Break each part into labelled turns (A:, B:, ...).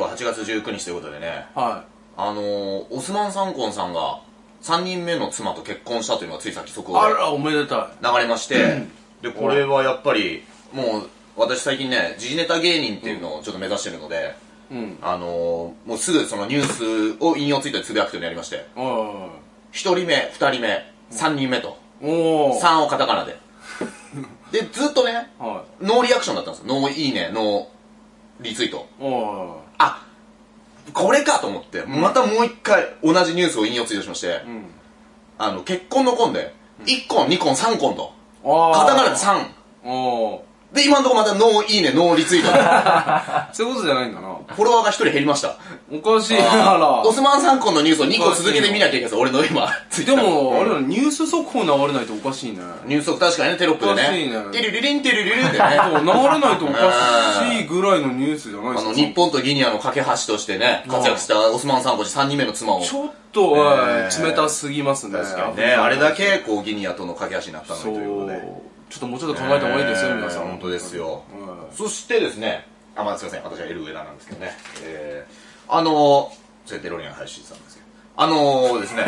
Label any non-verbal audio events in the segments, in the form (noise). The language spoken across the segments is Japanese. A: が8月19日ということでね、
B: は
A: あのー、オスマン・サンコンさんが3人目の妻と結婚したというのがつい先速
B: い。
A: 報
B: あ
A: で
B: ら、おめでた
A: 流れまして、で、これはやっぱり、もう、私最近ね、時事ネタ芸人っていうのをちょっと目指してるので、
B: い。うん。
A: あのー、もうすぐそのニュースを引用ツイートでつぶやくというのをやりまして、
B: お
A: 1人目、2人目、3人目と、
B: い。おー。
A: 3をカタカナで。で、ずっとね、
B: は
A: ノーリアクションだったんですよ。ノーいいね、ノーリツイート。
B: い。お
A: あこれかと思って、またもう一回同じニュースを引用ツイートしまして、
B: い。うん。
A: あの、結婚の婚で、1婚、2婚、3婚と、
B: あー。
A: カタカナで3。
B: おー。
A: で、今のところまたノーいいね、ノーリツイート。
B: (laughs) そういうことじゃないんだな。
A: フォロワーが1人減りました。
B: おかしい。あら
A: オ。スマン3婚のニュースを2個続けて見なきゃいけないですよ、俺の今、ツイッタ
B: で
A: ー
B: も、あれ
A: うん
B: だね、ニュース速報流れないとおかしいね。
A: ニュースを確かにね、テロップで
B: おかしいね
A: ね、テルリリンテルリルってね、
B: (laughs) そう、流れないとおかしいぐらいのニュースじゃないで
A: あ
B: すか
A: の、。日本とギニアの架け橋としてね、活躍したオスマン3婚3人目の妻を。
B: ちょっと、は
A: ね
B: い冷たすぎますね。
A: 確かにね、あれだけこうギニアとの架け橋になったのに
B: そ
A: ということ
B: う
A: で。。
B: ちょっともうちょっと考えた方がいいですよ、
A: えー
B: 皆さん。
A: 本当ですよ、
B: は
A: そしてですねあまあすいません私はエル上田なんですけどねえー、あのーそれデロリアン配信さんですけどあのー、です (laughs) ね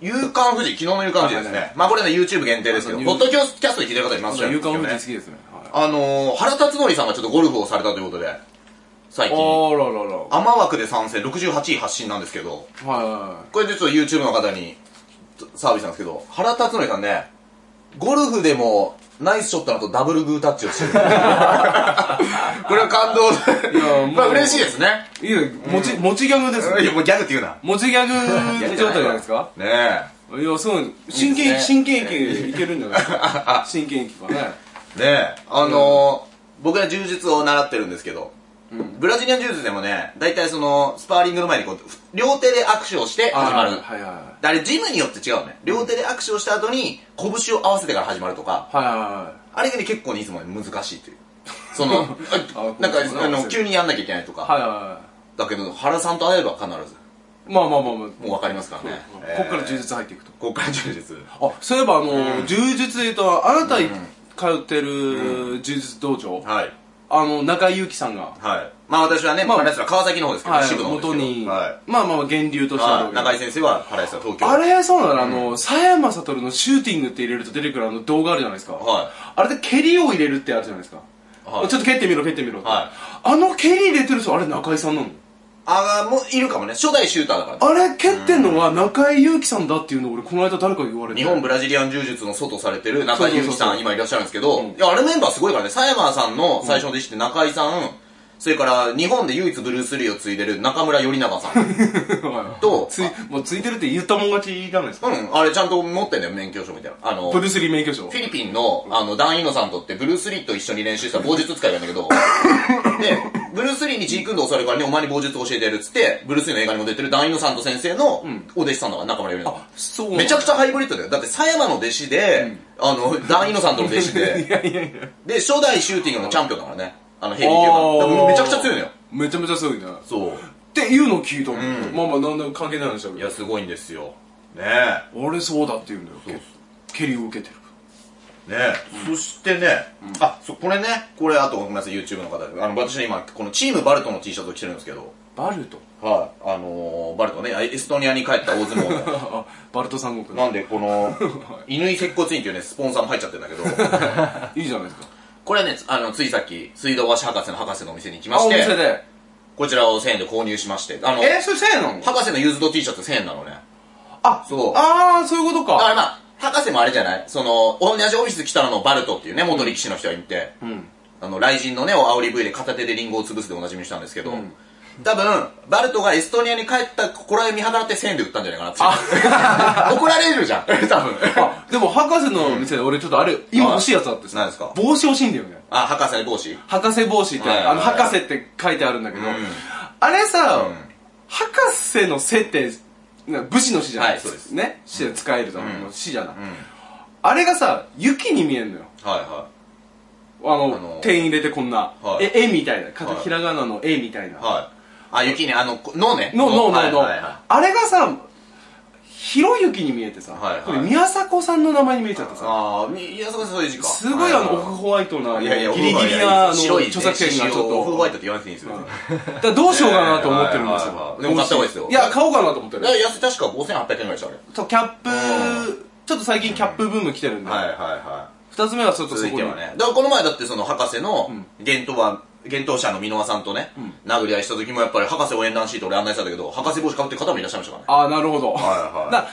A: 夕刊富士昨日の夕刊富士ですね、
B: はいはい
A: まあこれね YouTube 限定ですけど
B: あ
A: ポッドキャストで聞いてる方いますよ
B: い。
A: ね
B: 有感富士好きですね。はい
A: あのー、原辰徳さんがちょっとゴルフをされたということで最
B: あ
A: 近
B: ららら。はい
A: 雨枠で参戦68位発信なんですけど
B: は
A: これでちょっと YouTube の方にサービスなんですけど、原辰徳さんね、ゴルフでもナイスショットの後ダブルグータッチを (laughs) してる。これは感動
B: いやもう
A: まあ嬉しいですね。
B: い。いいね、持ち、持ちギャグですね。
A: いや、もうギャグって言うな。
B: 持ちギャ
A: (laughs)
B: グ状態じゃないですか
A: ねえ。
B: いや、そう、真
A: いい
B: 剣、
A: です
B: 真剣駅いけるんじゃ
A: (laughs)
B: ないですか真剣駅かね。
A: ねえ、あのー僕は柔術を習ってるんですけど、ブラジリアン柔術でもね、大体その、スパーリングの前にこう、両手で握手をして始まる。
B: はいはいは
A: であれ、ジムによって違うね。両手で握手をした後に、拳を合わせてから始まるとか、
B: い。はいは
A: あれがね、結構ね、いつもね難しいという。そ
B: (laughs)
A: の、あなん
B: そうそう
A: か、あの、急にやんなきゃいけないと
B: いは
A: か。
B: い。はいは
A: だけど、原さんと会えば必ず、
B: い。まあまあまあまあ。
A: もうわかりますからね。えー
B: こっから充。実入っていくと。
A: こっから充実。
B: あ、そういえばあの、柔術で言うと、あなた通ってる柔術道場、
A: はい。
B: あの、中井祐樹さんが、
A: はい。まあ私はね、
B: まあ
A: パラエスラ川崎の方ですけど、
B: はい
A: 支部、の方ですけ
B: 元
A: ど。
B: に、
A: はい。
B: まあまあまあ源流としてある
A: はい
B: わけ
A: 中井先生はパラエスラ東京。
B: あれそうなの、あの、佐山悟のシューティングって入れると出てくるあの動画あるじゃないですか。
A: は
B: あれで蹴りを入れるってあるじゃないですか。
A: はい
B: ちょっと蹴ってみろ、蹴ってみろって。
A: はい
B: あの蹴り入れてる人、あれ中井さんなの
A: あが、もういるかもね。初代シューターだからね。
B: あれ蹴ってんのは中井祐樹さんだっていうのを俺、この間誰かに言われて。
A: 日本ブラジリアン柔術の外されてる中井祐樹
B: そうそう
A: さ
B: そ
A: ん、
B: う
A: 今いらっしゃるんですけど、いや、あれメンバーすごいからね、サイバーさんの最初の弟子って中井さん、それから日本で唯一ブルース・リーを継いでる中村頼長さん。
B: はい
A: と
B: (laughs) つい、もうついてるって言ったもん勝ちじゃないですか。
A: うん、あれちゃんと持ってんだよ、免許証みたいな。あの、
B: ブ
A: フ
B: ルースリー免許証。
A: ィリピンの、あの、ダン・イノさんとって、ブルース・リーと一緒に
B: (laughs)
A: 練習した棒術使いなんだけど、で、ブルース・リーにジークンドーされるからね、お前に棒術教えてやるっつって、ブルース・リーの映画にも出てるダン・イノさんと先生のお弟子さんだから、中村よりの。
B: そう。
A: めちゃく
B: ち
A: ちゃハイブリッドだよ。だって、狭山の弟子で、あの、ダン・イノさんとの弟子で、
B: (laughs) ゃ。いやいやいや。
A: で、初代シューティングのチャンピオンだからね。あの、平均級の。だからもうめちゃくちゃ強いのよ。
B: めちゃめちゃ強いね。っ
A: そ
B: ていうのを聞いたの。まあまあ、なんだか関係ない話だ
A: う。
B: け
A: い
B: ど。
A: や、すごいんですよ。ねえ。
B: 俺そうだって言うんだよ。蹴蹴りを受けてる。
A: ねそしてね、あ、そう、これね、これ、あとごめんなさい、YouTube の方で、あの、私は今、このチームバルトの T シャツを着てるんですけど、
B: バルト (laughs)
A: はい、あのー、バルトね、あエストニアに帰った大相
B: (laughs)
A: 撲の。
B: あバルト三国
A: なんで、この、犬井接骨院っていうね、スポンサーも入っちゃってるんだ
B: (laughs)
A: けど、
B: いいじゃないですか
A: これね、あの、ついさっき、水道橋博士の博士のお店に行きま
B: あ
A: し
B: お店
A: て、
B: で
A: こちらを1000円で購入しまして、あの、
B: えそれ1000円なの
A: 博士のユーズド T シャツ1000円なのね。
B: あ
A: そう
B: ああそういうこと
A: だか
B: から
A: まあ、博士もあれじゃないその、同じオフィス来たののバルトっていうね、元力士の人がいて、
B: ん
A: あの、雷神のね、煽り V で片手でリンゴを潰すでおなじみにしたんですけど、多分、バルトがエストニアに帰った頃へ見計らって1000円で売ったんじゃないかな (laughs) って。怒られる
B: (laughs)
A: じゃん、多分。
B: あでも博士の店で俺ちょっとあれ今欲しいやつあってさ
A: 何ですか
B: 帽子欲しいんだよね
A: あ、博士の帽子
B: 博士帽子って
A: はい
B: あの博士って書いてあるんだけど
A: うん
B: あれさ
A: うん
B: 博士の背ってな武士の士じゃな
A: はいいそうです
B: ね士で使えるじゃんの士じゃない
A: うん。はい
B: あれがさ雪に見えんのよ
A: は
B: あの、
A: あの
B: 点入れてこんな、
A: はい
B: え絵みたいな、かた
A: はい
B: ひらがなの絵みたいな、
A: い。はい。あ、雪ね、あの、このね。
B: ののの
A: はい
B: の
A: はいは
B: あれがさひろゆきに見えてさ、
A: はいはい
B: これ宮迫さんの名前に見えちゃってさ、
A: ああ、いや、そこそこで時間。
B: すごいあの、オフ
A: は
B: ホワイトな、
A: いはいや、
B: ギリギリな、あの、
A: 白い
B: 著作権がちょっと。
A: オフホワイトって言わなくていいんですよ。
B: だからどうしようかなと思ってるんです
C: はいはいは
B: よ。
A: いでも買った方がいいですよ
B: いや、買おうかなと思ってる
A: だか。ら安い確か5800円ぐらいでした、あれ。
B: とキャップ、ちょっと最近キャップブーム来てるんで、
A: いは
B: 二つ目はちょっと
A: 続
B: そ
A: い
B: こ
A: て
B: に。
A: はね。だからこの前だってその博士の、幻冬は、幻冬者の箕輪さんとね、殴り合いした時もやっぱり博士応援団シート俺案内したんだけど、博士帽子かぶってる方もいらっしゃいましたからね。
B: ああ、なるほど。
A: はいはい
B: だ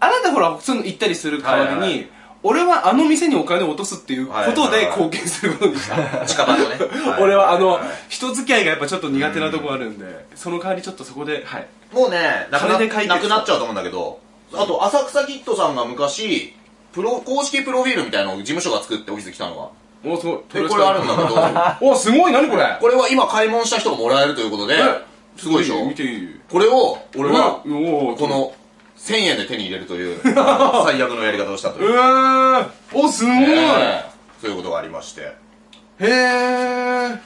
B: あなたほら、普通の行ったりする代わりに、
C: はいはいは
B: 俺はあの店にお金を落とすっていうこと
A: はいはい
B: で
A: はい
B: 貢献することにした。
A: 近場のね。 (laughs)
B: 俺はあの、
C: はいはい
B: 人付き合いがやっぱちょっと苦手なとこあるんで、その代わりちょっとそこで、はい。
A: もうね、なくな
B: 金で解決
A: なくなっちゃうと思うんだけど、あと、浅草キッドさんが昔、プロ、公式プロフィールみたいなのを事務所が作ってオフィス来たのが。
B: おすごい。
A: で、これあるんだけど、
B: おすごい何これ
A: (laughs) これは今買い物した人がもらえるということで、すごいでしょ
B: 見ていい
A: これを、俺は、
B: うんおー
A: この、1000円で手に入れるという、 (laughs) あの最悪のやり方をしたと
B: う
A: いう。
B: ーんおすごい、
A: ええそういうことがありまして。
B: へえ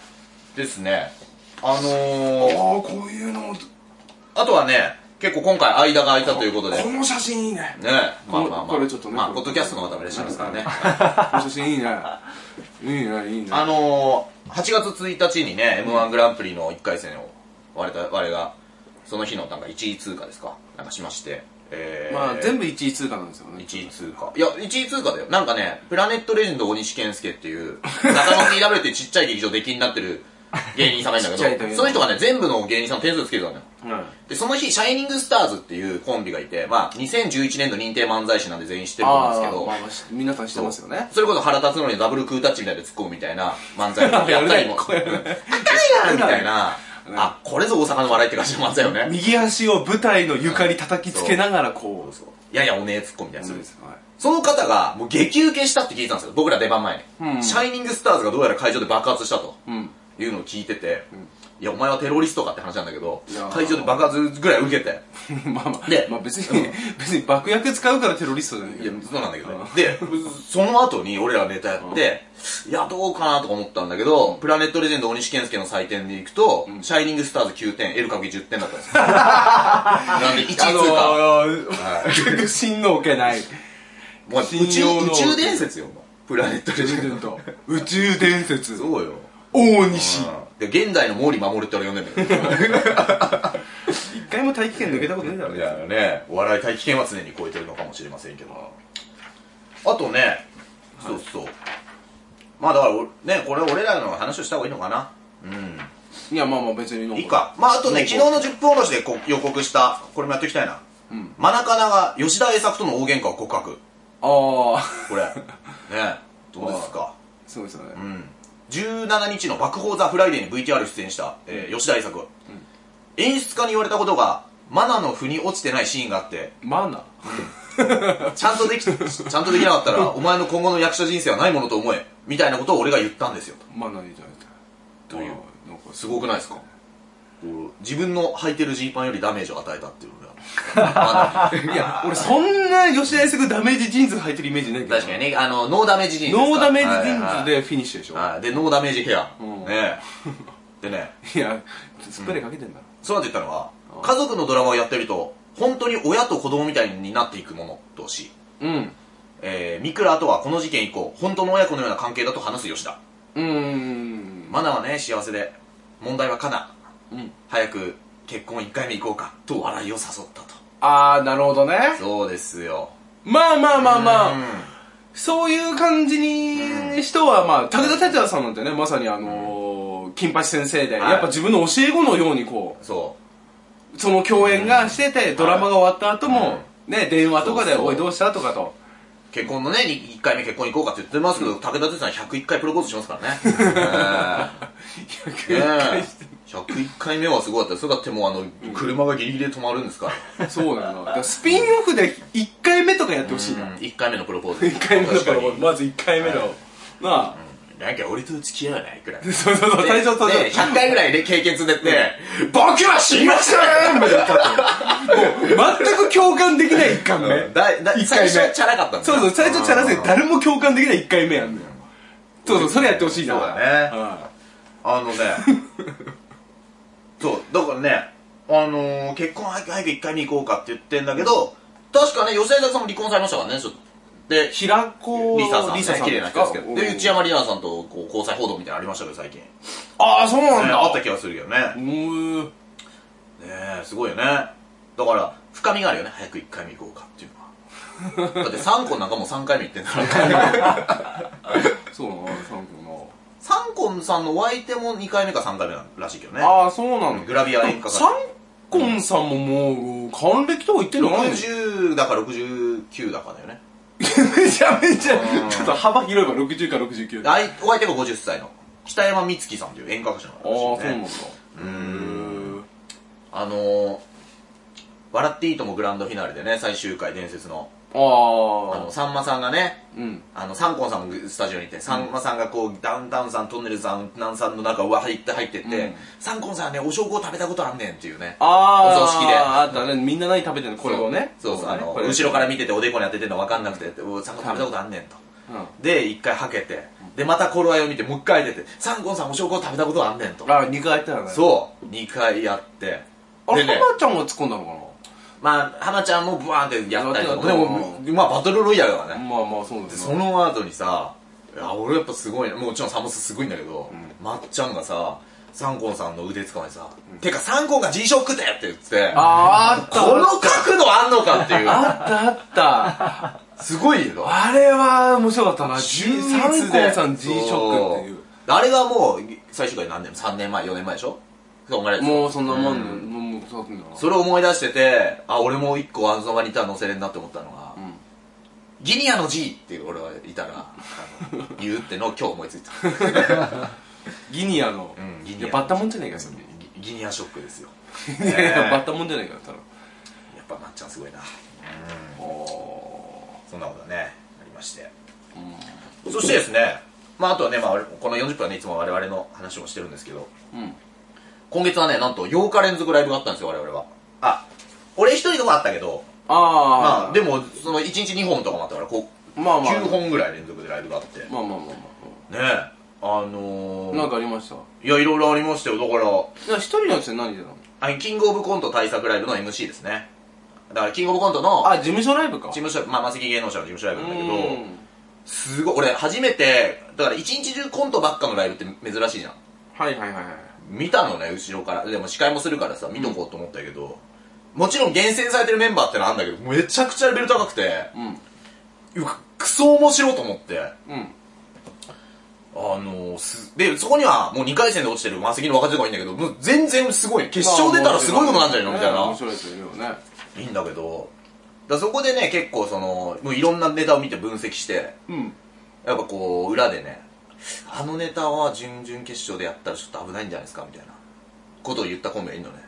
A: ですね。あ
B: あ
A: のー、
B: あこういうのも
A: あとはね、結構今回間が空いたということで、
B: こ
A: ね、
B: の写真いいね
A: まあまあまあ、
B: これちょっとね
A: まあ、ポッドキャストの方もいらっしゃいますからね。
B: この写真いいねいいねいいね
A: あのー、8月1日にね、M1 グランプリの1回戦を、我々我々が、その日のなんか1位通過ですか、なんかしまして、えー、
B: まあ全部1位通過なんですよね
A: 1位通過。いや、1位通過だよ。なんかね、プラネットレジェンド大西健介っていう、中野 TW っていうちっちゃい劇場出禁になってる芸人さんがいるんだ
B: (laughs) ちっちゃ
A: け
B: いとい
A: ど、
B: うの
A: その人がね、全部の芸人さんの点数つけてたのよ。
B: うん
A: で、その日、シャイニングスターズっていうコンビがいて、まあ、2011年度認定漫才師なんで全員知ってると思うんですけ
B: ー
A: ど
B: まあ、まあし皆さん知ってますよね
A: それこそ腹立つのにダブルクータッチみたいで突っ込むみたいな漫才をやったりも、
B: (laughs) やるね
A: 赤いやん
B: (laughs)
A: みたいな、あ、これぞ大阪の笑いって感じの漫才よね。
B: 右足を舞台の床に叩きつけながらこう
A: いやいや、おねえ突っ込みみたいな。
B: そうですはい
A: その方が、もう激受けしたって聞いたんですよ。僕ら出番前に。
B: うん
A: シャイニングスターズがどうやら会場で爆発したと。
B: うん
A: いうのを聞いてて、いや、お前はテロリストかって話なんだけど
B: いや、ー
A: 会場で爆発ぐらい受けて。
B: まあまあ
A: で
B: まあ別に別に爆薬使うからテロリストじゃない
A: い
B: け
A: や
B: ど、
A: そうなんだけどね。で、その後に俺らネタやって、いや、どうかなとか思ったんだけど、プラネットレジェンド大西健介の採点でいくと、シャイニングスターズ9点、L かけ10点だったん
B: (laughs)
A: ですよ。なんで1位通過。
B: あの (laughs) ー、真の置け (laughs) ない
A: もう宇宙
B: 信用の
A: 宇宙伝説よ、お前プラネットレジェンド。
B: 宇宙伝説
A: そうよ。
B: 大西
A: で現代の毛利守って俺呼んでんだけど。
B: 一回も大気圏抜けたことないだろ
A: いやね、お笑い大気圏は常に超えてるのかもしれませんけど。あとね、そうそう。まあだからお、ね、これ俺らの話をした方がいいのかな。うん。
B: いやまあまあ別にの
A: いいか。まああとね、
B: うん
A: 昨日の10分おろしでこ予告した、これもやっていきたいな。
B: うん
A: マナカナが吉田栄作との大喧嘩を告白。
B: ああ
A: これ。ね、どうですか。
B: (laughs) そうですよね
A: うん。17日の爆放ザフライデーに VTR 出演した、えー吉田栄作、演出家に言われたことが、マナの腑に落ちてないシーンがあって、
B: マナ
A: ちゃんとでき、ち (laughs) ゃんとできなかったら、お前の今後の役者人生はないものと思え、みたいなことを俺が言ったんですよ。
B: マナいいじゃないですか
A: どういう
B: あーなんか
A: すごくないですか自分の履いてるジーパンよりダメージを与えたっていう俺はマナに
B: いや俺そんな吉田栄作ダメージジーンズ履いてるイメージないけど
A: (laughs) 確かにね、あの、ノーダメージジーンズですか。
B: ノーダメージジ
A: はい
B: ーンズでフィニッシュでしょ、
A: はいはいで、ノーダメージヘア。
B: うん
A: ねえでね、
B: い、やスプレーかけてんだろ、
A: そうなんて言ったのは、家族のドラマをやってると、本当に親と子供みたいになっていくものとし、
B: うん
A: えー、ミクラとはこの事件以降、本当の親子のような関係だと話す吉田。
B: うーん
A: マナはね、幸せで、問題はカナ。
B: うん
A: 早く結婚1回目行こうか、と笑いを誘ったと。
B: ああなるほどね
A: そうですよ。
B: まあまあまあまあ、
A: うん
B: そういう感じに人は、まあ、武田鉄矢さんなんてね、まさにあのー、金八先生で、
A: はい
B: やっぱ自分の教え子のようにこ
A: そう。
B: う、その共演がしてて、ドラマが終わった後も、ね、電話とかで、
A: そうそう
B: おいどうしたとかと。
A: 結婚のね、1回目結婚行こうかって言ってますけど、武田鉄矢さん101回プロポーズしますからね。 (laughs) ねえ101回目はすごかったよそれだってもうあの、車がギリギリで止まるんですから。
B: (laughs) そうだよな。だからスピンオフで1回目とかやってほしいな。
A: 1回目のプロポーズ。
B: 1回目の
A: 確かに
B: まず1回目の。なあ。
A: なんか俺と付き合わない (laughs) くらい。で、
B: そうそうそう、最初そう
A: で100回ぐらいで経験積んでって、僕は死にません
B: 全く共感できない1回目。
A: だだ
B: 一回
A: 最
B: 目
A: 初はチャラかったんだな
B: そうそう、最初チャラせ、誰も共感できない1回目やんだよ。そうそう、それやってほしいな。
A: そうだね
B: うん
A: あのね、そう、だからね、あのー、結婚早く早く1回目行こうかって言ってんだけど、確かね、吉田栄作さんも離婚されましたからね、ちょっと。で、
B: 平子
A: リサさん、ね、綺麗な人ですけど。で、内山
B: に。
A: 里奈さんとこう交際報道みたいなのありましたけど、最近。ね
B: ああ、そうなんだ。
A: あった気がするけどね。
B: うーん。
A: ねえすごいよねだから深みがあるよね早く1回目行こうかっていうの (laughs) はだって3婚なんかもう3回目行ってんだ (laughs) から
B: そうなの、サンコ
A: 3婚さんのお相手も2回目か3回目らしいけどね
B: な。ああ、そうなん
A: グ
B: だ。
A: ラビア演歌
B: サン
A: が
B: コンさんももう、還暦とか言ってるのないの
A: 60だか69だかだよね
B: めちゃめち
A: うん
B: ゃ、ちょっと幅広いから、60から69。あ
A: あいお相手が50歳の北山美月さんという演歌歌手の
B: あ、そ
A: 方
B: う
A: らしい
B: な
A: よ
B: んだ
A: ね。あのー「笑っていいとも」グランドフィナーレでね最終回伝説のあ
B: あ
A: のさんまさんがね
B: あ。うん。
A: あの、サンコンさんもスタジオにいて、さんまさんがこう、ダウンタウンさん、トンネルさん、南さんの中をわ入って入ってって、
B: うん
A: サンコンさんはね、お正月を食べたことあんねんっていうね。
B: ああ。
A: お葬式で
B: あったね。みんな何食べてんのこれをね。
A: そうそう、あの、
B: これ
A: 後ろから見てておでこに当ててんの分かんなくて、おサンコン食べたことあんねんと。
B: うん
A: で、一回はけて、で、また頃合いを見て、もう一回出て、サンコンさんお正月を食べたことあんねんと。
B: ああ、2回やったよね。う。
A: そう、二回やって。
B: あれ、
A: でね
B: 浜ちゃんが突っ込んだのかな
A: まあ、浜ちゃんもブワーンってやったりとか、で
B: やってた
A: も、まあ、バトルロイヤルだからね。
B: まあまあそうで
A: ですそ
B: ね
A: の後にさいや俺やっぱすごいなもちろんサモスすごいんだけど、まっちゃんがさサンコンさんの腕つかまえてさ、てかサンコンが G ショックだよって言って
B: あーあっ
A: こ
B: た
A: の角度あんのかっていう
B: あったあった
A: すごいよ
B: あれは面白かったな
A: 秀逸
B: サンコンさん G ショックって
A: そ
B: い
A: うあれがもう最終回何年3年前4年前でしょそう思われてた
B: もうそんなもんね、もうそうなんだな
A: それを思い出しててあ俺も一個あの場にいたら乗せれんなって思ったのが、
B: ん
A: ギニアの G っていう俺はいたらあ
B: (laughs)
A: の言うってのを今日思いついた
B: ギニアの、
A: うんギニア
B: いやバッタモンじゃねえかそれ、
A: ギギニアショックですよ
B: いやいや
A: ねえ
B: (laughs) バッタモンじゃねえかよたら
A: やっぱまっちゃんすごいな
B: お
A: そんなことねありまして
B: ーうん
A: そしてですねまああとはね、まあ、俺この40分はねいつも我々の話もしてるんですけど
B: うん
A: 今月はねなんと8日連続ライブがあったんですよ我々はあ俺一人とかあったけどま
B: あ
A: あ
B: あ
A: でもその1日2本とかもあったからこう
B: まあまあ
A: 9本ぐらい連続でライブがあってね
B: まあまあまあま
A: えあの
B: あなん
A: ー、
B: かありましたい
A: いやいろいろありましたよだから
B: や一人のやつで何でたの
A: あのキングオブコント対策ライブの MC ですねだからキングオブコントの
B: あ事務所ライブか
A: 事務所まあマセキ芸能者の事務所ライブなんだけど、
B: うん
A: すごい俺初めてだから一日中コントばっかのライブって珍しいじゃん
B: はいはいはいはい
A: 見たのね後ろからでも司会もするからさ見とこうと思ったけど、もちろん厳選されてるメンバーってのはあんだけどめちゃくちゃレベル高くて
B: うん
A: うわクソ面白いと思ってあ
B: うん
A: のすでそこにはもう2回戦で落ちてるマセキの若手とかいいんだけどもう全然すごい決勝出たらすごいことなんじゃないのみたい
B: まあ
A: な
B: 面白いですよね面白いやついる
A: い
B: よね
A: いんだけどだからそこでね結構そのもういろんなネタを見て分析して
B: (laughs) うん
A: やっぱこう裏でねあのネタは準々決勝でやったらちょっと危ないんじゃないですかみたいなことを言ったコンビがいるのね、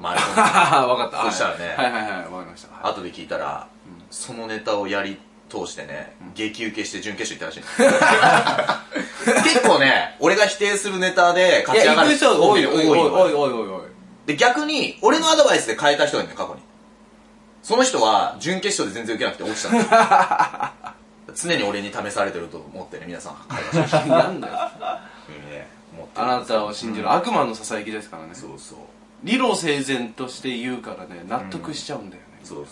A: まあ、
B: (laughs)
A: あれ
B: わかった。
A: そしたらね
B: はいはいはい、わかりました。
A: 後で聞いたら、そのネタをやり通してね激受けして準決勝行ったらしい (laughs) 結構ね俺が否定するネタで勝ち上がる
B: 人多いよ、
A: 多
B: 多
A: い
B: い
A: の
B: よ、
A: よ
B: 多い、多い、多い、多い。
A: で逆に俺のアドバイスで変えた人がいるのよ過去にその人は準決勝で全然受けなくて落ちたん
B: (laughs)
A: ですよ常に俺に試されてると思ってね皆さん会話してる人
B: なんだよ。
A: にね思ってる
B: あなたを信じる悪魔のささやきですからね。
A: そうそう
B: 理路整然として言うからね、納得しちゃうんだよね。
A: そうそう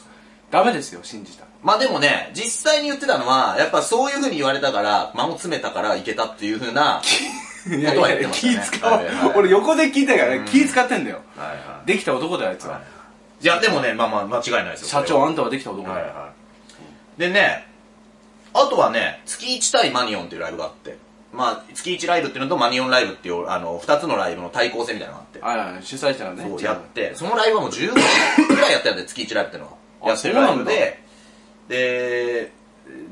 B: ダメですよ、信じたら。
A: まあでもね実際に言ってたのはやっぱそういうふうに言われたから間を詰めたからいけたっていうふうな
B: い
A: やいやいや
B: 気使
A: はいはいは
B: う
A: い。
B: 俺横で聞いたからね、気使ってんだよ。
A: はいは
B: できた男だよ、あいつは。
A: いいやでもねまあまあ間違いないですよ
B: 社長、あんたはできた男
A: は
B: だ
A: い
B: よ。
A: はいでねあとはね月1対マニオンっていうライブがあってまあ月1ライブっていうのとマニオンライブっていうあの2つのライブの対抗戦みたいなのがあって
B: はいはい、主催者がね。
A: そうやってそのライブはもう15年ぐらいやってたんで月1ライブっていうの
B: あ
A: をやってるライブ
B: そうなん
A: でで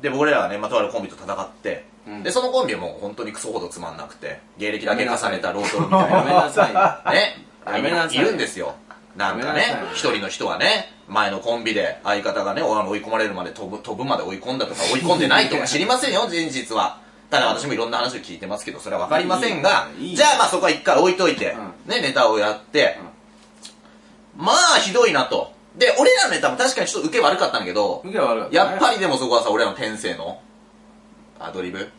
A: で俺らはねまあとあるコンビと戦って、
B: うん
A: でそのコンビはもう本当にクソほどつまんなくて芸歴だけ重ねたロートルみ
B: や
A: たいな
B: めなさいよ。 (laughs)
A: ね、
B: やめなさい
A: るんですよ。なんかね
B: やめなさい、
A: 一人の人はね、前のコンビで相方がね、おあの追い込まれるまで飛ぶ、飛ぶまで追い込んだとか、追い込んでない
B: (laughs)
A: とか知りませんよ、現実は。ただ私もいろんな話を聞いてますけど、それはわかりませんが
B: いいねい、いね
A: じゃあまあそこは一回置いといて、ね、ネタをやって、まあひどいなと。で、俺らのネタも確かにちょっと受け悪かったんだけど、
B: 受けは悪かったね
A: やっぱりでもそこはさ、俺らの天性のアドリブ
B: (laughs)
A: もう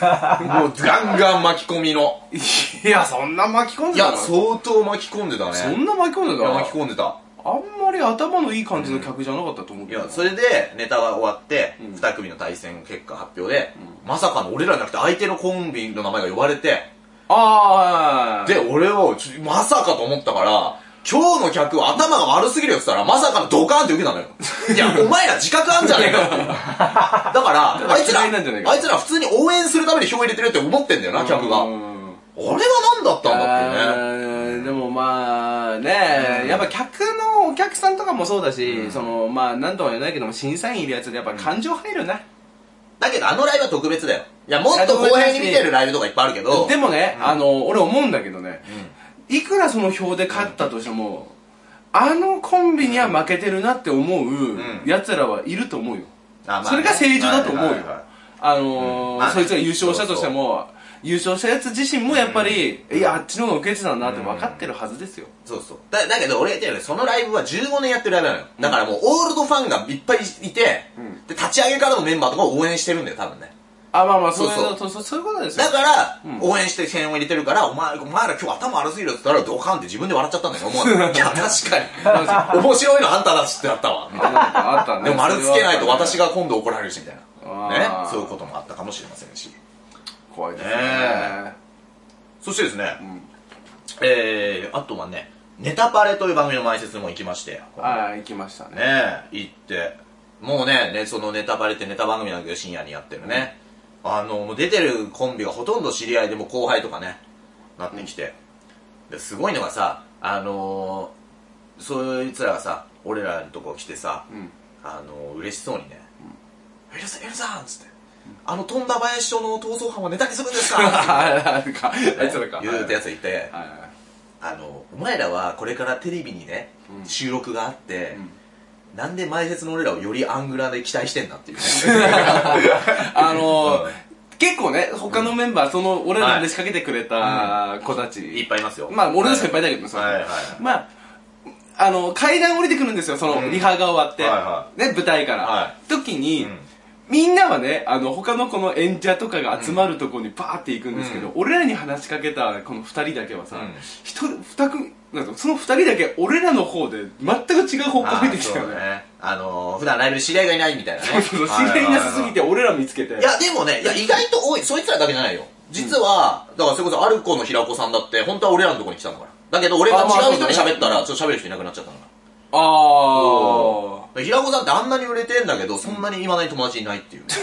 A: ガンガン巻き込みの。
B: いや、そんな巻き込ん
A: い
B: でた
A: や、
B: の
A: 相当巻き込んでたね。
B: そんな巻き込んで
A: い
B: た
A: や
B: の
A: 巻き込んでた
B: ああんまり頭のいい感じの客じゃなかったと思う
A: い
B: けどな
A: や、それで、ネタが終わって、
B: うん
A: 二組の対戦結果発表で、まさかの俺らじゃなくて相手のコンビの名前が呼ばれて、
B: ああ
A: で、俺は、ちょまさかと思ったから、今日の客は頭が悪すぎるよって言ったら、まさかのドカーンって受けた
B: (laughs)
A: のよ。いや、お前ら自覚あんじゃねえかっていう。だ
B: (laughs)
A: から、あいつら、
B: 嫌いなんじゃねえか
A: あいつら普通に応援するために票入れてるって思ってんだよな、客が。あれは何だったんだっていうね。
B: えーでもまあね、やっぱ客のお客さんとかもそうだし、そのまあ何とは言えないけども審査員いるやつでやっぱ感情入るな、
A: だけどあのライブは特別だよ。いや、もっと公平に見てるライブとかいっぱいあるけど、
B: でもね、あの俺思うんだけどね、いくらその票で勝ったとしても、あのコンビには負けてるなって思うやつらはいると思うよ、
A: あまあね
B: それが正常だと思う
A: は
B: よ、
A: いはいはい
B: あのー
A: うんまあね
B: そいつが優勝したとしても優勝したやつ自身もやっぱり、いやあっちの方が受けてたなって分かってるはずですよ、
A: そうそう。だだけど俺言ったよね、そのライブは15年やってるライブなのよ。だからもうオールドファンがいっぱいいて、で、立ち上げからのメンバーとかを応援してるんだよ、多分ね。
B: あまあまあそう
A: そう
B: そ
A: そう
B: うそうそうそういうことですよ
A: だから、
B: ん
A: 応援して声援を入れてるから、お前お前ら今日頭悪すぎるって言ったら、ドカンって自分で笑っちゃったんだよ、思わずいや、確かに。面白いのあんただしってなったわ。みたいな
B: なん (laughs) かあったね
A: でも丸つけないと私
B: が
A: が今度怒られるし、みたい
B: あ
A: な。
B: ー
A: ね。そういうこともあったかもしれませんし。
B: 怖いですね
A: ねえそしてですね、
B: ん
A: えー、あとはね、ネタパレという番組の前説も行きまして、
B: ああ行きましたね (laughs)
A: ねえ行ってもうねねそのネタバレってネタ番組なんだけど深夜にやってるね、あのもう出てるコンビがほとんど知り合いでもう後輩とかねなってきて、ですごいのがさあのー、そいつらがさ俺らのとこ来てさ、
B: ん
A: あのー、嬉しそうにね「エルさんエルさん」っつって「あの富田林町の逃走犯はネタにするんですか?」っ
B: ああいか (laughs) あいつら
A: て
B: か
A: 言うてや
B: つ
A: つがいて、あのお前らはこれからテレビにね、収録があって、なんで前説の俺らをよりアングラで期待してんだっていうね
B: あの
A: う
B: ー
A: ん
B: 結構ね他のメンバーその俺らで仕掛けてくれた子
A: (laughs)
B: た
A: いっ
B: ち
A: ぱいいますよ
B: まあ俺の先
A: 先
B: 輩
A: 輩
B: だけどさ
A: はいはいはい
B: まああの階段降りてくるんですよその
A: ん
B: リハが終わって
A: はいは
B: ね舞台か
A: は
B: ら時に
A: うん
B: みんなはね、あの、他のこの演者とかが集まるとこにバーって行くんですけど、俺らに話しかけたこの二人だけは
A: う
B: さ
A: ん、
B: 一、人、二組、なんかその二人だけ俺らの方で全く違う方向見てきたよ
A: あーそう
B: ね。
A: ねあのー、普段ライブで知り合いがいないみたいなね
B: そうそうそう、知り合いなさすぎて俺ら見つけて。
A: いやでもねいや意外と多いそいつらだけじゃないよ実は、だからそれこそアルコの平子さんだって本当は俺らのとこに来たのからだけど俺が違う人に喋ったらちょっと喋る人いなくなっちゃったのか
B: あー。
A: ら平子さんってあんなに売れてんだけどそんなに今ない友達いないっ
B: (laughs)
A: ていうね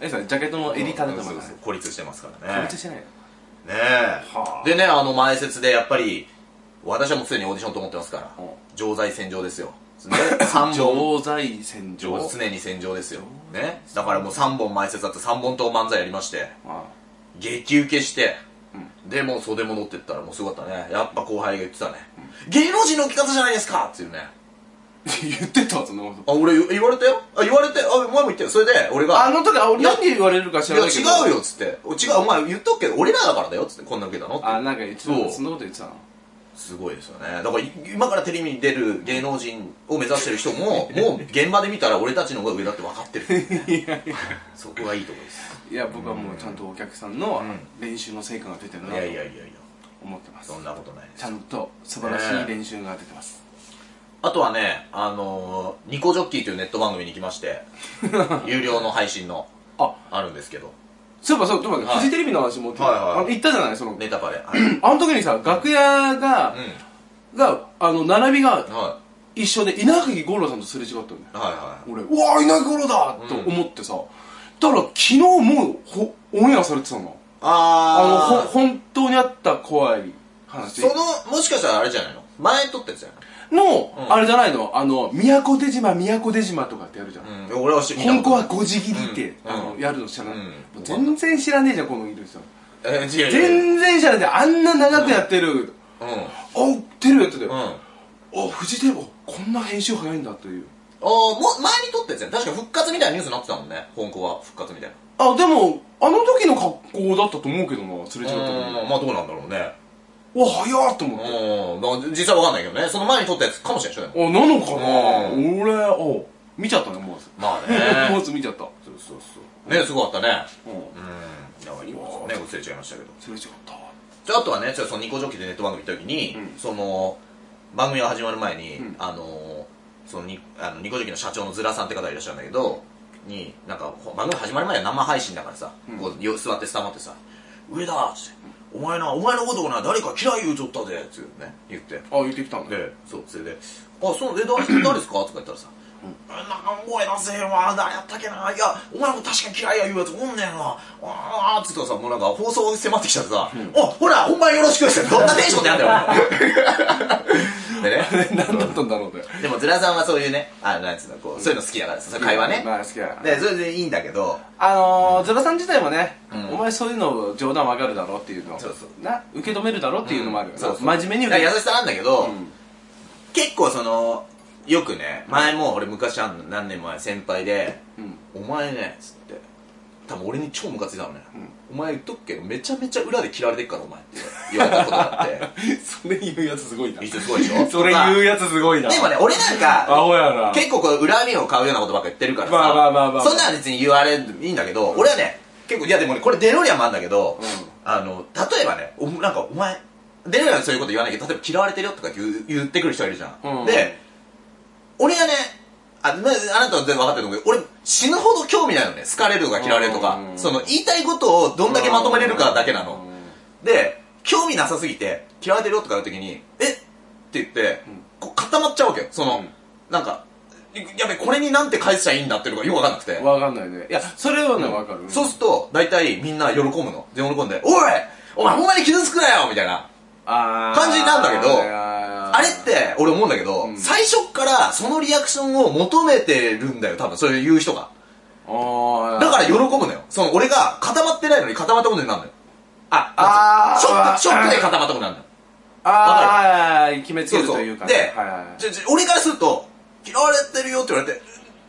B: えさん、ジャケットの襟立ててます
A: そう
B: ね
A: そう孤立してますからね
B: これじゃしてないの
A: ねえ、
B: はあ
A: でねあの前説でやっぱり私はもうすでにオーディションと思ってますから
B: うん
A: 常在戦場です
B: (laughs)
A: よ、ね、3本
B: 常在戦場。
A: 常に戦場ですよ、ね、だからもう3本前説あって3本とも漫才やりまして
B: あ
A: 激受けして、でもう袖戻ってったらもうすごかったねやっぱ後輩が言ってたね、芸能人の置き方じゃないですかっていうね
B: ー言ってたわ、そんなこと。
A: あ俺言われたよあ言われてあお前も言ったよそれで俺が
B: あの時、あなんで言われるか
A: い
B: 知ら
A: や
B: ないけど。
A: 違うよっつってお違うお前言っとくけど俺らだからだよっつってこんな受けたのって
B: あ、なんか言ってた
A: そう
B: そんなこと言ってたの。
A: すごいですよねだからい今からテレビに出る芸能人を目指してる人も (laughs) もう現場で見たら俺たちの方が上だって分かってるそこがいいとこです
B: いや僕はもうちゃんとお客さんの練習の成果が出てる
A: い
B: なと
A: やいやいやいや
B: 思ってます
A: そんなことないで
B: ちゃ
A: す
B: んと素晴らしい練習が出てます、
A: あとはねあのー、ニコジョッキーというネット番組に行きまして (laughs) 有料の配信の
B: あ
A: あるんですけど
B: そういえばそうちょっと待って、
A: はい
B: フジテレビの話持ってた、
A: はいはい
B: あの言ったじゃないその、
A: ネタバレ (laughs) はい、うん、
B: あの時にさ楽屋が、があの並びが
A: は
B: 一緒で稲垣吾郎さんとすれ違ったよね
A: いはいは
B: 俺うわー稲垣吾郎だと思ってさ、だから昨日もうほオンエアされてたの
A: い
B: あの
A: あ
B: ほ本当にあった怖い話
A: そのもしかしたらあれじゃないの前撮ったやつじゃない
B: の、
A: うん
B: あれじゃないのあの宮古出島宮古出島とかってやるじゃん、
A: のうん俺は知見た
B: 本
A: こ
B: 校
A: と
B: はごじ切りって、
A: うん
B: あの
A: うん
B: やるの知らない、
A: うん
B: もう全然知らねえじゃんこのいる人
A: え違う違う違う
B: 全然知らねえあんな長くやってる、あテレビやってた
A: うん、う
B: よ、
A: ん
B: あフジテレビあこんな編集早いんだという
A: あーもう前に撮ったやつやね確か復活みたいなニュースになってたもんね本校は復活みたいな
B: あでもあの時の格好だったと思うけどなすれ違ったのに
A: うんまあどうなんだろうね
B: うわ早っと思って、
A: うんだから実際わかんないけどねその前に撮ったやつかもしれないでしょでも
B: あなのかな、
A: う
B: 俺あ見ちゃったね思わず
A: まあ
B: (laughs) 思わ
A: ね
B: ず見ちゃった、
A: (laughs) そうそうそうねすごかったね
B: うん
A: うんだからいいことね忘れちゃいましたけど
B: すれ違った
A: じゃああとはねちょっとそのニコジョッキでネット番組行った時に、その番組が始まる前に、
B: うん
A: あのそのにあのニコジョキの社長のズラさんって方がいらっしゃるんだけどになんかほ番組始まる前は生配信だからさ、こうよ座ってスタマってさ「上だ」っつって「お前なお前のことをな誰か嫌い言うちょったぜ」っつってね言って
B: あ言ってきたんだ
A: でそうそれで「あそうえだ誰ですか?」とか言ったらさ「なんか声出せへんわ誰やったっけないやお前も確かに嫌いや言うやつおんねんわあー」っつったらさもうなんか放送迫ってきちゃってさ「おほら本番よろしく」ってどんなテンションでやんだよお前でね (laughs)
B: 何だったんだろうね
A: でもズラさんはそういうねあなんつうのこうそういうの好きだからさそういう会話ね、
B: まあ好きや
A: でそれでいいんだけど
B: あのー、ズラさん自体もね、
A: ん
B: お前そういうの冗談わかるだろっていうの
A: そうそう
B: な受け止めるだろっていうのもあるよな、
A: そうそう
B: 真面目に
A: だ
B: 受
A: か
B: け
A: ら
B: 止め
A: 優しさなんだけど、
B: ん
A: 結構そのよくね前も俺昔あんの何年前先輩で
B: うん
A: 「お前ね」っつって多分俺に超ムカついたのね、お前言っとくけどめちゃめちゃ裏で切られてっからお前」って言われたことがあ
B: (laughs)
A: って
B: それ言うやつすごいな
A: 一応すごいでしょ
B: (laughs) それ言うやつすごいな
A: でもね俺なん
B: ア
A: か
B: ホやな
A: 結構こう恨みを買うようなことばっか言ってるからさ、
B: まあまあまあまあ
A: そんなの別に言われるいいんだけど俺はね結構いやでもねこれデロリアンもあるんだけど、あの例えばねおなんかお前デロリアンにそういうこと言わないけど例えば嫌われてるよとか言う言ってくる人いるじゃん、
B: うん
A: で俺がねあなあなたは全然分かってると思うけど俺死ぬほど興味ないのね好かれるとか嫌われるとか、
B: うん
A: その言いたいことをどんだけまとめれるかだけなの、
B: うん
A: で興味なさすぎて嫌われてるよとか言う時に「えっ?」って言って、こう固まっちゃうわけよその、
B: うん
A: なんかいやべこれになんて返しちゃいいんだっていうのがよくわかんなくて
B: わかんないねいやそれはねわかる
A: そうすると大体みんな喜ぶので喜んで「おいお前ほんまに傷つくなよ!」みたいな
B: あ
A: 感じなんだけどあ
B: あ
A: れって俺思うんだけど、
B: ん
A: 最初っからそのリアクションを求めてるんだよ多分そういう言う人がだから喜ぶのよその俺が固まってないのに固まったことになるのよあ
B: あー
A: ショックショックで固まったことになるのよ
B: ああ決めつ
A: そう
B: ける
A: そ
B: と
A: う。
B: いうかね
A: で
B: はいはいはい、
A: じゃじゃ俺からすると、嫌われてるよって言われて、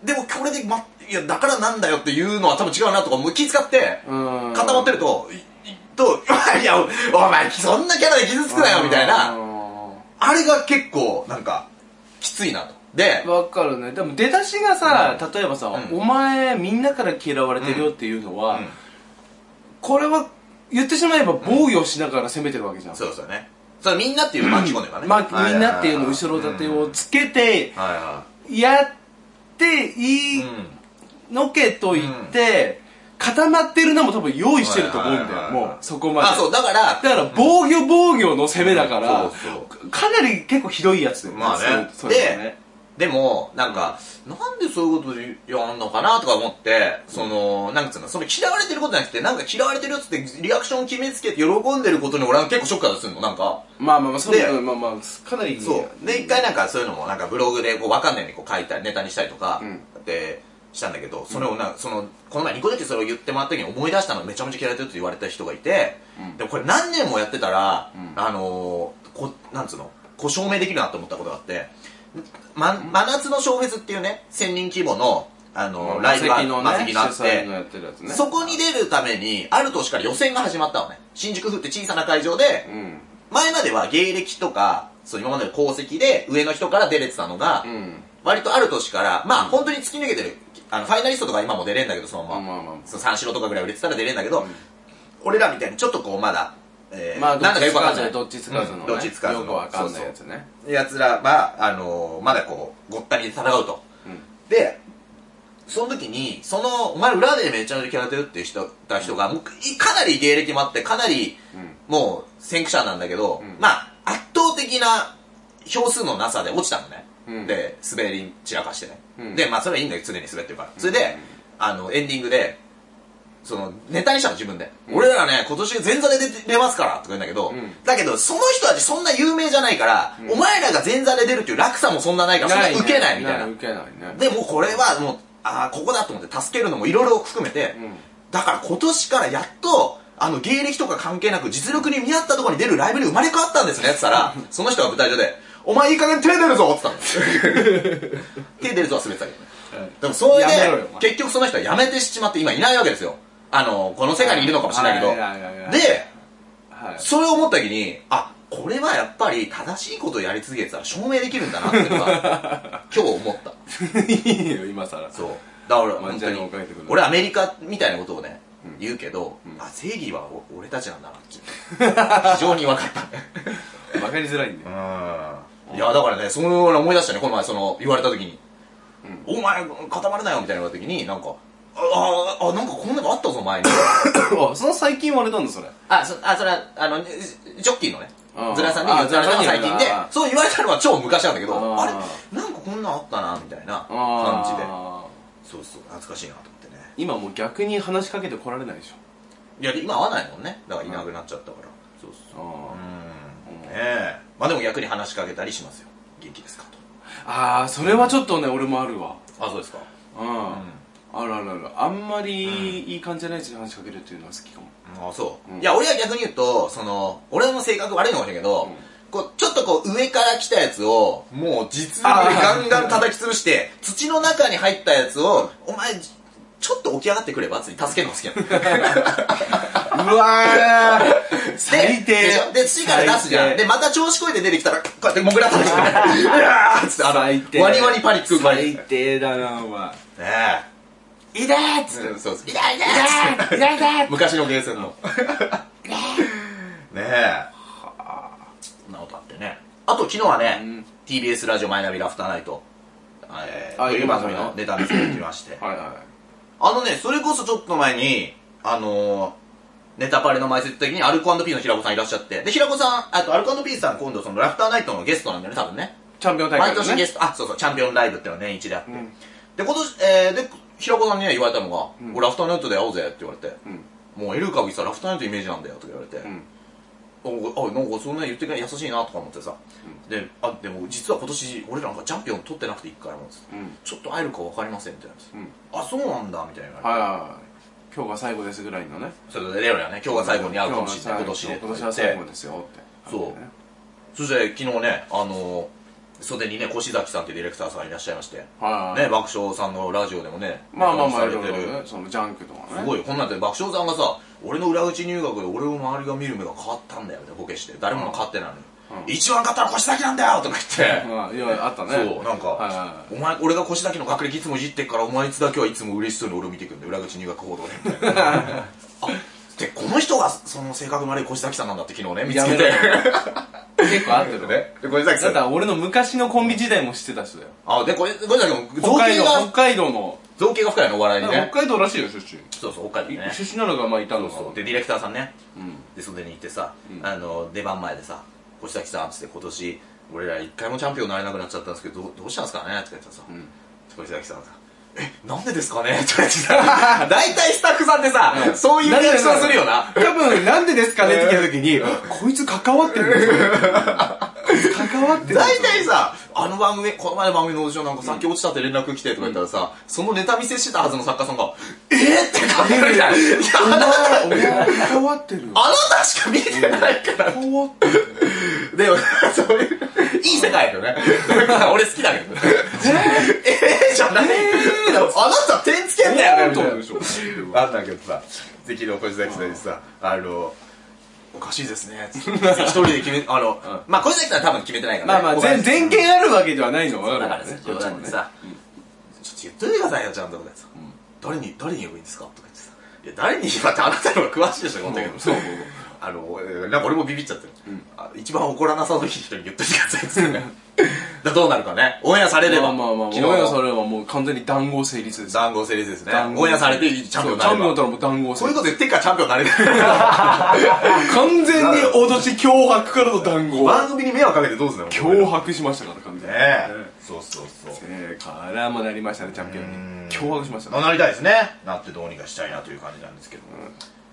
A: でもこれで、ま、いや、だからなんだよっていうのは多分違うなとか、もう気使って、
B: うん
A: 固まってると、いいと、 (laughs) いや、おお前、そんなキャラで傷つくなよみたいな、
B: う
A: あれが結構、なんか、きついなと。で
B: ん、わかるねでも出だしがさ、例えばさ、
A: うん
B: お前みんなから嫌われてるよっていうのは、
A: うん
B: これは言ってしまえば防御しながら攻めてるわけじゃん、
A: そうですよね。それみんなっていう巻き込んでるからね。
B: まあ、みんなっていうの後ろ盾をつけて、
A: はいは
B: やって
A: い。
B: いい
A: うん
B: のけと言って、固まってるのも多分用意してると思うんだ
A: はい
B: よ、
A: はいはいはい
B: もうそこまで
A: あ、そう、だから
B: だ、から防御防御の攻めだから、
A: うんそうそ
B: かなり結構ひどいやつだよ
A: まあね
B: そうそういうのね
A: でも、なんか、なんでそういうことでやんのかなとか思って、その、なんつうの、その嫌われてることじゃなくて、なんか嫌われてるっつってリアクションを決めつけて喜んでることに俺は結構ショックだとするの、なんか。
B: まあまあまあそう
A: で
B: うんまあまあかなり
A: そう。で、一回なんかそういうのも、なんかブログでこうわかんないようにこう書いたり、ネタにしたりとか
B: うん、
A: で、したんだけど、それをなんか、その、この前ニコだけそれを言ってもらった時に思い出したのめちゃめちゃ嫌われてるって言われた人がいて、
B: うん
A: でもこれ何年もやってたら、
B: ん
A: あのー、こ、なんつうの、こう証明できるなと思ったことがあって、ま、真夏の小フェスっていうね、1000人規模の、あのー、ライブが、マセキのあっ
B: 主催
A: て
B: の、やってるやつね
A: そこに出るために、ある年から予選が始まったのね。新宿府って小さな会場で
B: う、ん
A: 前までは芸歴とか、そう今までの功績で上の人から出れてたのが、
B: うん
A: 割とある年から、まあ本当に突き抜けてる、あの、ファイナリストとか今も出れんだけど、その
B: ま
A: ま
B: あ
A: ま。
B: まあまあ
A: その三四郎とかぐらい売れてたら出れんだけど、俺らみたいにちょっとこうまだ、えー
B: まあ
A: なんだかよくわかん
B: ず
A: ない。
B: どっちつかずのね
A: うんどっちつかずの。
B: よくわかんないやつね
A: やつらは、あのーまだこう、ごったりで戦うと。で、その時に、その、お前裏でめちゃめちゃキャラてるっていう人、た人が、もういかなり芸歴もあって、かなり、もう、先駆者なんだけど、
B: ん
A: まあ、圧倒的な票数のなさで落ちたのね。
B: うん
A: で、滑り散らかしてね。
B: うん
A: で、まあ、それはいいんだよ、常に滑ってるから。それで、あの、エンディングで、その、ネタにしたの、自分で。俺らね、今年前座で出出ますから、とか言うんだけど、
B: ん
A: だけど、その人たちそんな有名じゃないから、お前らが前座で出るっていう落差もそんなないから、そんな受けないみたいな。
B: 受けないね
A: でもうこれはもうああここだと思って助けるのもいろいろ含めて、
B: ん
A: だから今年からやっとあの芸歴とか関係なく実力に見合ったところに出るライブに生まれ変わったんですねって言った
B: (laughs)
A: らその人が舞台上で「お前いい加減手出るぞ」って言ったの手出るぞは滑ってたけどねでもそれで
B: やめろよお前
A: 結局その人は辞めてしまって今いないわけですよあのこの世界にいるのかもしれないけど
B: はいはいはいはい
A: で
B: はい
A: それを思った時にあこれはやっぱり正しいことをやり続けてたら証明できるんだなっていうの
B: (laughs)
A: が今日思った
B: (laughs) いいよ今さら
A: そうだから
B: まあ
A: 本
B: じ
A: 当
B: ゃあ
A: に
B: もう書いてくる
A: 俺アメリカみたいなことをね、言うけど、あ正義はお (laughs) 俺たちなんだなって非常に分かった
B: (coughs) 分かりづらいんだよ
A: ういや、だからね、そういうの思い出したね、この前、その、言われた時に。お前、固まるなよ、みたいな言われた時に、なんか、ああ、あ、なんかこんなのあったぞ、前に。
B: あその最近言われたんだそれ
A: (laughs) あ、そ、あ、それは、あの、ジョッキーのね
B: うん、
A: ズラさんで言
B: あ
A: ズラさんが
B: ズラさ
A: 最
B: ん
A: 近
B: に
A: で
B: あ、
A: そう言われたのは超昔なんだけど、
B: あ
A: あれなんかこんなんあったな、みたいな感じで。
B: あ
A: そうそう、懐かしいなと思ってね。
B: ー今もう逆に話しかけてこられないでしょ
A: いや、今会わないもんね。だからいなくなっちゃったから。そうそう。
B: あ
A: うん。ねえ。まあでも逆に話しかけたりしますよ。元気ですか
B: あーそれはちょっとね俺もあるわ
A: と。あ、そうですか。
B: うん、あるあるあるあんまりいい感じじゃないやつに話しかけるっていうのは好きかも
A: あそう、
B: うん
A: いや俺は逆に言うとその俺の性格悪いのかもしれないけど、
B: ん
A: こうちょっとこう上から来たやつをもう実力でガンガン叩き潰して土の中に入ったやつをお前ちょっと起き上がってくればつに助けるの (laughs) が好きなの
B: うわー最低
A: でしょで土から出すじゃん
B: 最低
A: でまた調子こいて出てきたらこうやってモグラ叩き潰 (laughs) してうわーっつってあ
B: 最低
A: のワニワニパニック生まれ
B: 最低だなお前
A: ねえ痛いっつって、そうそう痛い痛い痛い痛い昔のゲーセン
B: (laughs)
A: のねえそんなことあってねあと昨日はね、
B: うん
A: TBS ラジオマイナビラフターナイトえー
B: あ
A: とい
B: いうい
A: 番組
B: 番
A: の
B: 組ね
A: ネタ見せてきまして
B: はいは
A: あのねそれこそちょっと前にあのーネタパレの前説的にアルコピーの平子さんいらっしゃってで平子さんあとアルコピーさん今度そのラフターナイトのゲストなんだよね多分ね
B: いチャンピオン大
A: 毎
B: 会
A: 年
B: ね
A: ゲスト、あ、そうそう、チャンピオンライブっていうのは年一であって。
B: ん
A: で、今年、えー、で、平子さんにね、言われたのが、俺、ラフターナイトで会おうぜって言われて、もうエルカビさ、ラフターナイトイメージなんだよとか言われて、
B: ん
A: おあ、なんかそんな言ってくれ優しいなとか思ってさ、で、あ、でも実は今年、俺なんかチャンピオン取ってなくて一回も、
B: うん
A: ちょっと会えるか分かりませんみたいな、あ、そうなんだみたいな。
B: はいはいはい今日が最後ですぐらいのね
A: それでレオにはね、今日が最後に会うかもしれない、今
B: 今
A: 年
B: 日
A: で。
B: が最後今年は最後ですよって
A: そうそして昨日ね、あのー、袖にね、越崎さんっていうディレクターさんいらっしゃいまして、
B: はい
A: ね、爆笑さんのラジオでもね、
B: まあまあまあ
A: ネタ
B: いろ
A: に
B: い
A: されて
B: ろ
A: る。
B: ねそのジャンクとかね
A: すごいよ、こんなんで爆笑さんがさ、俺の裏口入学で俺を周りが見る目が変わったんだよってボケして、誰もが勝ってないのに、一番勝ったら腰崎なんだよとか言って、
B: まあいやあったね
A: そう、なん
B: はいはい
A: か
B: は、
A: お前、俺が腰崎の学歴いつもいじってっから、お前いつだけはいつも嬉しそうに俺を見てくんで、裏口入学報道で。み
B: (laughs)
A: たいなあで、この人がその性格の悪い越崎さんなんだって昨日ね、見つけて。
B: や結構合って
A: (laughs)
B: るね
A: で越崎
B: だ
A: さ
B: って
A: ん。
B: 俺の昔のコンビ時代も知ってた人だよ
A: あ、で、これ、これだけも、造
B: 北
A: 形
B: 海道北
A: が、
B: 海道の
A: 造形が深いの、お笑いに
B: 北
A: ね。
B: 海道らしいよ出身
A: そうそう、北海道ね。
B: 出身なのがまあいたの
A: そう
B: が
A: でディレクターさんね、
B: ん
A: で袖に行ってさ、あの出番前でさ「越崎さん」っつって今年俺ら一回もチャンピオンになれなくなっちゃったんですけどどうどうしたんですかねって言ったらさ、越崎さんがさ「えなんでですかね?」って言って (laughs) さ大体スタッフさんってさ、そういうリアクションするよな
B: (laughs) 多分なんでですかねって聞いた時にこいつ関わってるんですよ関わってるんで
A: 大
B: すよ
A: 体さ、あの番組、この前の番組のオーディションなんかさっき落ちたって連絡来てとか言ったらさ、そのネタ見せしてたはずの作家さんが、えー、って感じるじゃん。いや、あなた、
B: お前関わってるよ
A: あなたしか見てないから
B: 関わってる
A: でも、 (laughs) そういう、いい世界だよね。 (laughs) 俺好きだけど。えー、じゃない、あなた点つけんだよね、みたい
B: でしょ
A: な。あんだけどさ、関の小崎さんにさ、あの、おかしいですね、つって (laughs) 一人で決め、あの、まあ小崎さんは多分決めてないから
B: ま
A: ね。
B: あまあ
A: 小崎
B: 全全権あるわけではないのは
A: だ
B: 分
A: か
B: からる
A: さ、
B: こ
A: 冗
B: っちも
A: 談でさ、ちょっと言っといてくださいよ、ちゃんととか言ってさ、誰に、誰に言えばいいんですかとか言ってさ、いや、誰に言えばってあなたの方が詳しいでしょ、こんだけど。そう。 (laughs) あの、なんか俺もビビっちゃってる。あ一番怒らなさそうな人に言っといてくださいっつってね。 (laughs) だからどうなるかね。オンエアされれば、
B: まあまあまあオン
A: 昨
B: エア
A: 日
B: さ
A: の
B: れればもう完全に談合成立です
A: 談合成立ですね。
B: 談合
A: オンエアされて、チャンピオンに
B: チャ
A: な
B: ンピオ
A: れ
B: ン
A: ば。
B: だったらもう談合成
A: そういう
B: 立
A: こと言ってっからチャンピオンになれ
B: (laughs)
A: る。
B: 完全に脅し脅迫からの談合
A: 番組に迷惑かけてどうすんの
B: 脅迫しましたから完全
A: ね
B: に
A: え。そうそうそう。
B: えーからもなりましたねチャンピオンに脅迫しました
A: まあ
B: ね
A: なりたいですねなってどうにかしたいなという感じなんですけど、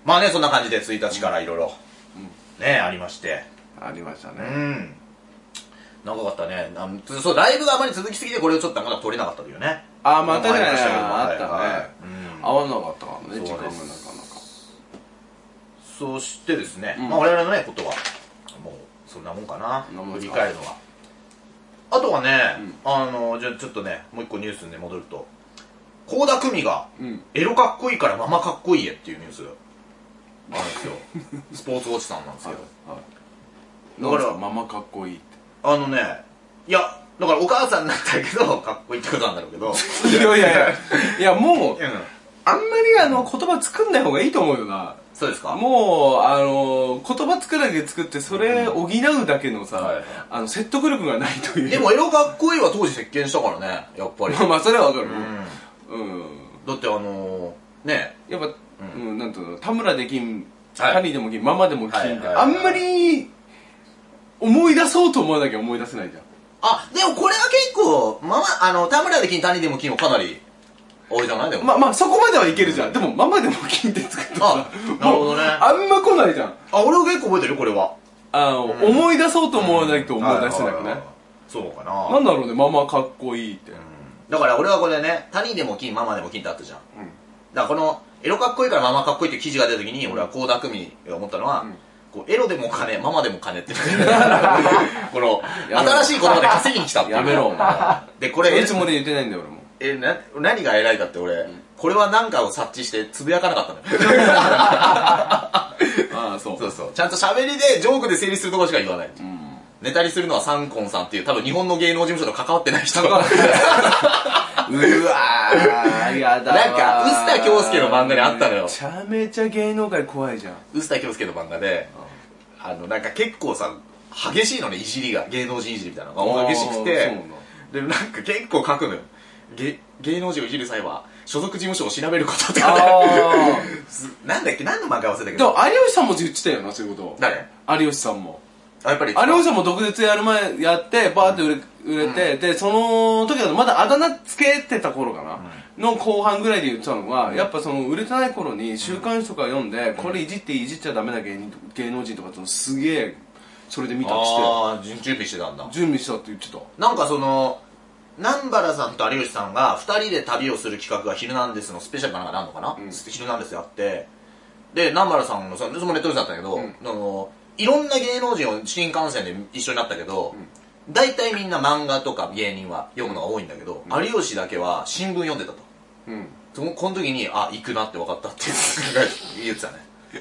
A: まあねそんな感じで1日からいろいろねありまして
B: ありました
A: う
B: ね
A: ん長かったねなんそうライブがあまり続きすぎてこれをちょっとまだ撮れなかったというね
B: あーまあ確かに
A: りましたけど
B: あったね
A: はいはいうん
B: 合わなかったからね
A: そうです
B: 時間もなかなか
A: そしてですね、
B: ん
A: まあ、我々のねことはもうそんなもんかな
B: そんなもん
A: 振
B: です
A: り
B: か
A: 返るのはあとはね、あのじゃあちょっとねもう一個ニュースに戻ると倖田來未が
B: うん
A: エロかっこいいからママかっこいいへっていうニュースがあるん
B: (laughs)
A: ですよスポーツウォッチさんなんですけど
B: はいだからママかっこいいっ
A: あのねいやだからお母さんになったけどかっこいいってことなんだろうけど
B: て
A: (laughs)
B: いやいやいやいやもう
A: うん
B: あんまりあの言葉作んない方がいいと思うよな
A: そうですか
B: もう、あのー言葉作るだけ作って、それ補うだけのさ、
A: はい
B: あの、説得力がないという。
A: で、もエロかっこいいは当時席巻したからね、やっぱり。
B: まあ、まあ、それはわかる。
A: うん
B: うん。
A: だってあのー、ね、
B: やっぱ、うん、なんと、田村で金、
A: はい
B: 谷でも金、ママでも金って、
A: はいはいはいはい
B: あんまり、思い出そうと思わなきゃ思い出せないじゃん。
A: あ、でもこれは結構、まあまあ、あの、田村で金、谷でも金もかなり、俺じゃないでも。
B: まあまあ、そこまではいけるじゃん。でも、ママでも金って作ったら
A: あ、なるほどね
B: もうあんま来ないじゃん。
A: あ、俺は結構覚えてるよ、これは。
B: あの、思い出そうと思わないと思い出せなく
A: はは
B: ない
A: いはいいそうか
B: な
A: な。
B: んだろうね、ママかっこいいって。
A: だから俺はこれね、谷でも金、ママでも金ってあったじゃん。だからこの、エロかっこいいからママかっこいいって記事が出た時に、俺は倖田來未が思ったのは、こうエロでも金、ママでも金
B: (laughs)
A: って。この、
B: やめろ
A: 新しい言葉で稼ぎに来たっていう
B: やめろ、お
A: (laughs)
B: 前。
A: で、これ、
B: いつもで言ってないんだよ、俺も。
A: え、な、何が偉いかって俺、これは何かを察知してつぶやかなかったのよ。
B: ああ、そう。
A: そうそう。ちゃんと喋りで、ジョークで成立するところしか言わない。ネタにするのはサンコンさんっていう、多分日本の芸能事務所と関わってない人が。
B: うわー、やだわー
A: なんか臼田恭介の漫画にあったのよ
B: めちゃめちゃ芸能界怖いじゃん。
A: 臼田恭介の漫画で、あの、なんか結構さ、激しいのね、いじりが。芸能人いじりみたいなのが激しく
B: あーそう
A: て
B: なんだ。
A: で、なんか結構書くのよ。げ芸能人をいじる際は、所属事務所を調べることって書いてある
B: あ
A: (laughs) すなんだっけ何の漫画忘れたけ
B: ー。でも
A: ど。、
B: 有吉さんも言ってたよな、そういうこと。
A: 誰
B: 有吉さんも。
A: あ、やっぱり。
B: 有吉さんも毒舌やる前、やって、バーって売れ売れて、で、その時だとまだあだ名つけてた頃かな、の後半ぐらいで言ってたのは、やっぱその売れてない頃に週刊誌とか読んで、これいじっていじっちゃダメな芸人芸能人とかとすげえ、それで見たっつって、
A: あー、準準備してたんだ。
B: 準備したって言ってた。
A: なんかその、南原さんと有吉さんが2人で旅をする企画が「ヒルナンデス」のスペシャルかなんかにあるのかな、ヒルナンデスであってで南原さんのそのそのネットニュースだったんだけど、あのいろんな芸能人を新幹線で一緒になったけど、大体みんな漫画とか芸人は読むのが多いんだけど、有吉だけは新聞読んでたと
B: うん。
A: そのこの時にあ行くなって分かったって言ってたね (laughs)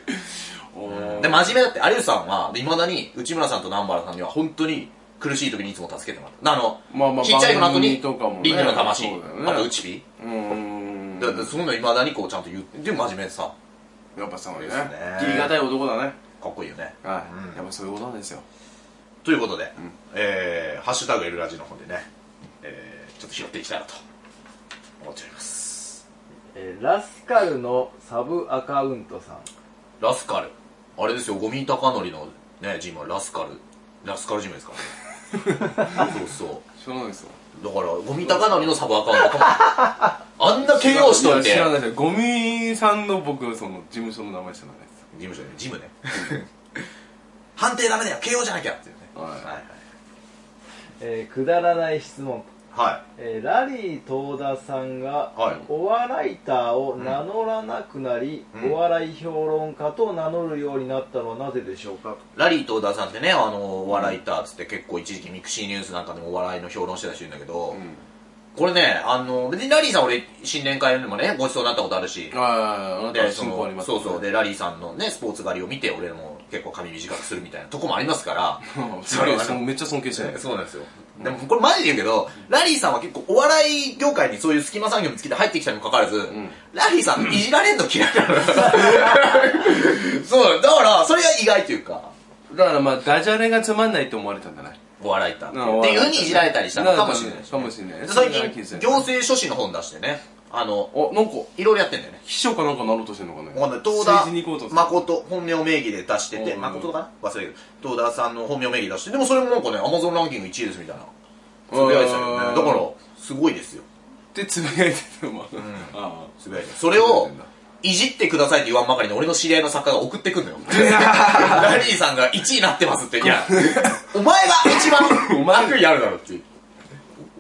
B: おー
A: で真面目だって有吉さんはいまだに内村さんと南原さんには本当に苦しい時にいつも助けてもらったあの、
B: まあまあ
A: ちっちゃい子の後に
B: 番組とかもね
A: リングの魂、
B: そうだよね
A: あと内火、
B: うーん
A: だってそういうのいまだにこうちゃんと言ってでも真面目でさ
B: やっぱそうね
A: ですね
B: D 型い男だね
A: かっこいいよね
B: はい、
A: うん
B: やっぱそういうことなんですよ
A: ということで、えーハッシュタグエルラジの方でね、えーちょっと拾っていきたいなと思っております
C: えーラスカルのサブアカウントさん
A: ラスカルあれですよゴミ高則のねジムはラスカルラスカルジムですから
B: (laughs)
A: ねそうそう
B: そうなんですよ
A: だから、ゴミ高則のサブアカウントかも。あんな KO しといて。
B: や知ら
A: 事
B: ないですよゴミさんの僕その事務所の名前知らないです
A: 務所ね、ジムね。 (laughs) 判定ダメだよ、KO じゃなきゃっていうね。
B: はい
A: はい。
C: えーくだらない質問、
A: は
C: えーラリー東田さんが、
A: はい
C: お笑いターを名乗らなくなり、
A: うん
C: お笑い評論家と名乗るようになったのはなぜでしょうか
A: い。ラリー東田さんってね、あの、お笑いターっつって結構一時期ミクシーニュースなんかでもお笑いの評論してた人いるんだけど、これね、あの、別にラリーさん俺、新年会でもね、ごちそうになったことあるし、
B: あああなた
A: で
B: は
A: そ
B: 進行あり
A: の
B: ます
A: そうそう、で、ラリーさんのね、スポーツ狩りを見て、俺も結構髪短くするみたいなとこもありますから、
B: (laughs) それそのめっちゃ尊敬してる
A: ねそうなんですよ。でも、これマジで言うけど、ラリーさんは結構お笑い業界にそういう隙間産業見つけて入ってきたにもかかわらず、ラリーさんいじられんの嫌いなのよ
B: (laughs)
A: そう、だから、それが意外というか、
B: だからまあダジャレがつまんないって思われたんじゃない
A: お笑いた。って
B: うんお笑い
A: いう
B: タ
A: 風
B: ー
A: にいじられたりしたのかもしれない。
B: かもしれない
A: で最
B: それが気にす
A: 近、
B: る
A: 行政書士の本出してね、あの、
B: あなんか
A: いろいろやってんだよね。
B: 秘書かなんかなろうとしてんのかね
A: わかんない東田
B: 政治に行こうとする
A: 誠本名名義で出してて
B: うん
A: 誠かな忘れるけど東田さんの本名名義出してでもそれもなんかねアマゾンランキング1位ですみたいなつぶやいてたけどね
B: う
A: だ
B: ん
A: からすごいですよ
B: ってつぶやいてたのも (laughs) あ
A: つぶやいてそれをいじってくださいって言わんばかりに俺の知り合いの作家が送ってくんのよラリーさんが1位になってますっていやお前が一番悪意あるだろっていう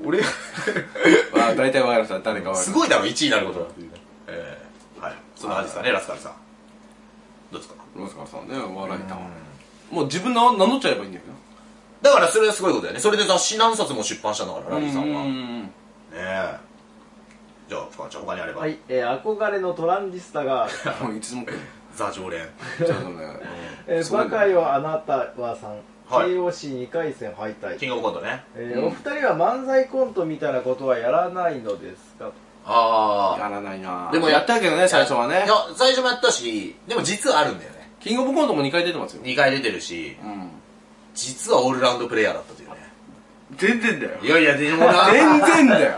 A: 俺が
B: ーまあ大体わかりました誰かわかり
A: す
B: ま
A: ごいだろ1位になることだっていうねええはいそんな感じですかねラスカルさんどうですか
B: ロスカさんね笑いたもう自分の名乗っちゃえばいいんだよな
A: だからそれはすごいことだよねそれで雑誌何冊も出版したんだからラリーさんはね
B: ん
A: えじゃあ深川ちゃん他にあれば、
C: はい、えー憧れのトランジスタが、
B: もういつも来る
A: ザ常連
B: ちょっとね
C: えー、
B: そうだ
C: バ
B: ね
C: カよあなたはさん、
A: はい
C: KOC2 回戦敗退
A: キングオブコントね
C: えーお二人は漫才コントみたいなことはやらないのですか
A: ああ
B: やらないな
A: でも
B: やったけどね、最初は
A: あ。
B: ね
A: い。や、最初もやったし、でも実はあるんだよね。
B: キングオブコントも2回出てますよ。
A: 2回出てるし、
B: うん。
A: 実はオールラウンドプレイヤーだったというね。
B: 全然だよ。
A: いやいや、でもな、
B: 全然だよ。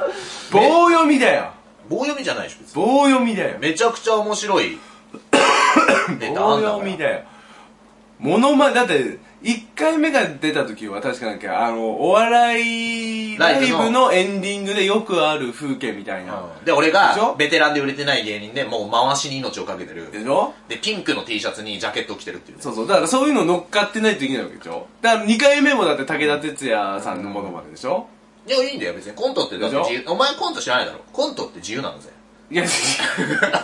B: 棒読みだよ。
A: 棒読みじゃないでしょ、別に。
B: 棒読みだよ。
A: めちゃくちゃ面白
B: (coughs)
A: いネタあんだか
B: 棒
A: ら。
B: 読みだよ。モノマネ、だって、1回目が出た時は確かなんか、あの、お笑いライブのエンディングでよくある風景みたいな。
A: で、俺
B: でしょ
A: が、ベテランで売れてない芸人で、もう回しに命をかけてる。
B: でしょ
A: で、ピンクの T シャツにジャケットを着てるっていうね。
B: そうそう。だからそういうの乗っかってないといけないわけでしょだから2回目もだって武田鉄矢さんのものまででしょ
A: いや、いいんだよ、別に。コントってだって
B: でしょ
A: 自由、お前コント知らないだろ。コントって自由なんだぜ。
B: いや、 (laughs) だっ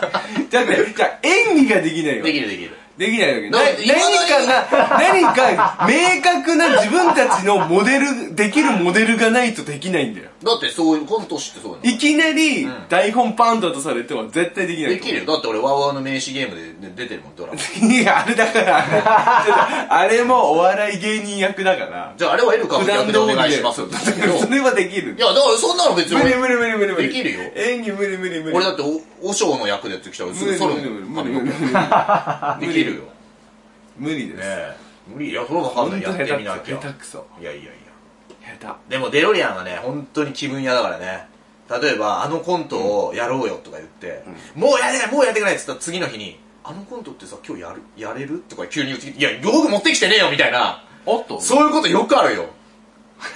B: て、じゃあ演技ができないよ。
A: できるできる。
B: できないわけ。な
A: だって今の
B: 何かな、何か明確な自分たちのモデル、できるモデルがないとできないんだよ。
A: だってそういう、コント師ってそうだよ。
B: いきなり台本パンだとされては絶対できない。
A: できるよ。だって俺、ワウワウの名刺ゲームでね出てるもん、ドラマ。
B: いや、あれだから、 (laughs) ちょっとあれもお笑い芸人役だから。
A: じゃあ、あれはエルカム役でお願いしますよ。
B: だからそれはできる
A: い。や、だからそんなの別に
B: 無理
A: 俺、
B: 無理無理無理無理。
A: できるよ
B: 演技無理無理無理。
A: 俺だってお、おしょうの役でやってきたらす
B: 無
A: ぐ
B: 理
A: ソ
B: 無
A: ロ
B: 理無理無理
A: の
B: 無理無理
A: できるよ。ね
B: 無理です。
A: え。無理、いや、それは
B: ほ
A: 分かん
B: ん
A: ない。
B: と
A: や
B: 下
A: って
B: 手く
A: みなきゃ。
B: そ。
A: い
B: 下手くそ。
A: やいやいや。
B: 下
A: でもデロリアンはね本当に気分屋だからね例えばあのコントをやろうよとか言って、もうやれないもうやってくないっつったら次の日にあのコントってさ今日やるやれるとか急に言ってきていや道具持ってきてねえよみたいな
B: 手。おっと
A: そういうことよくあるよ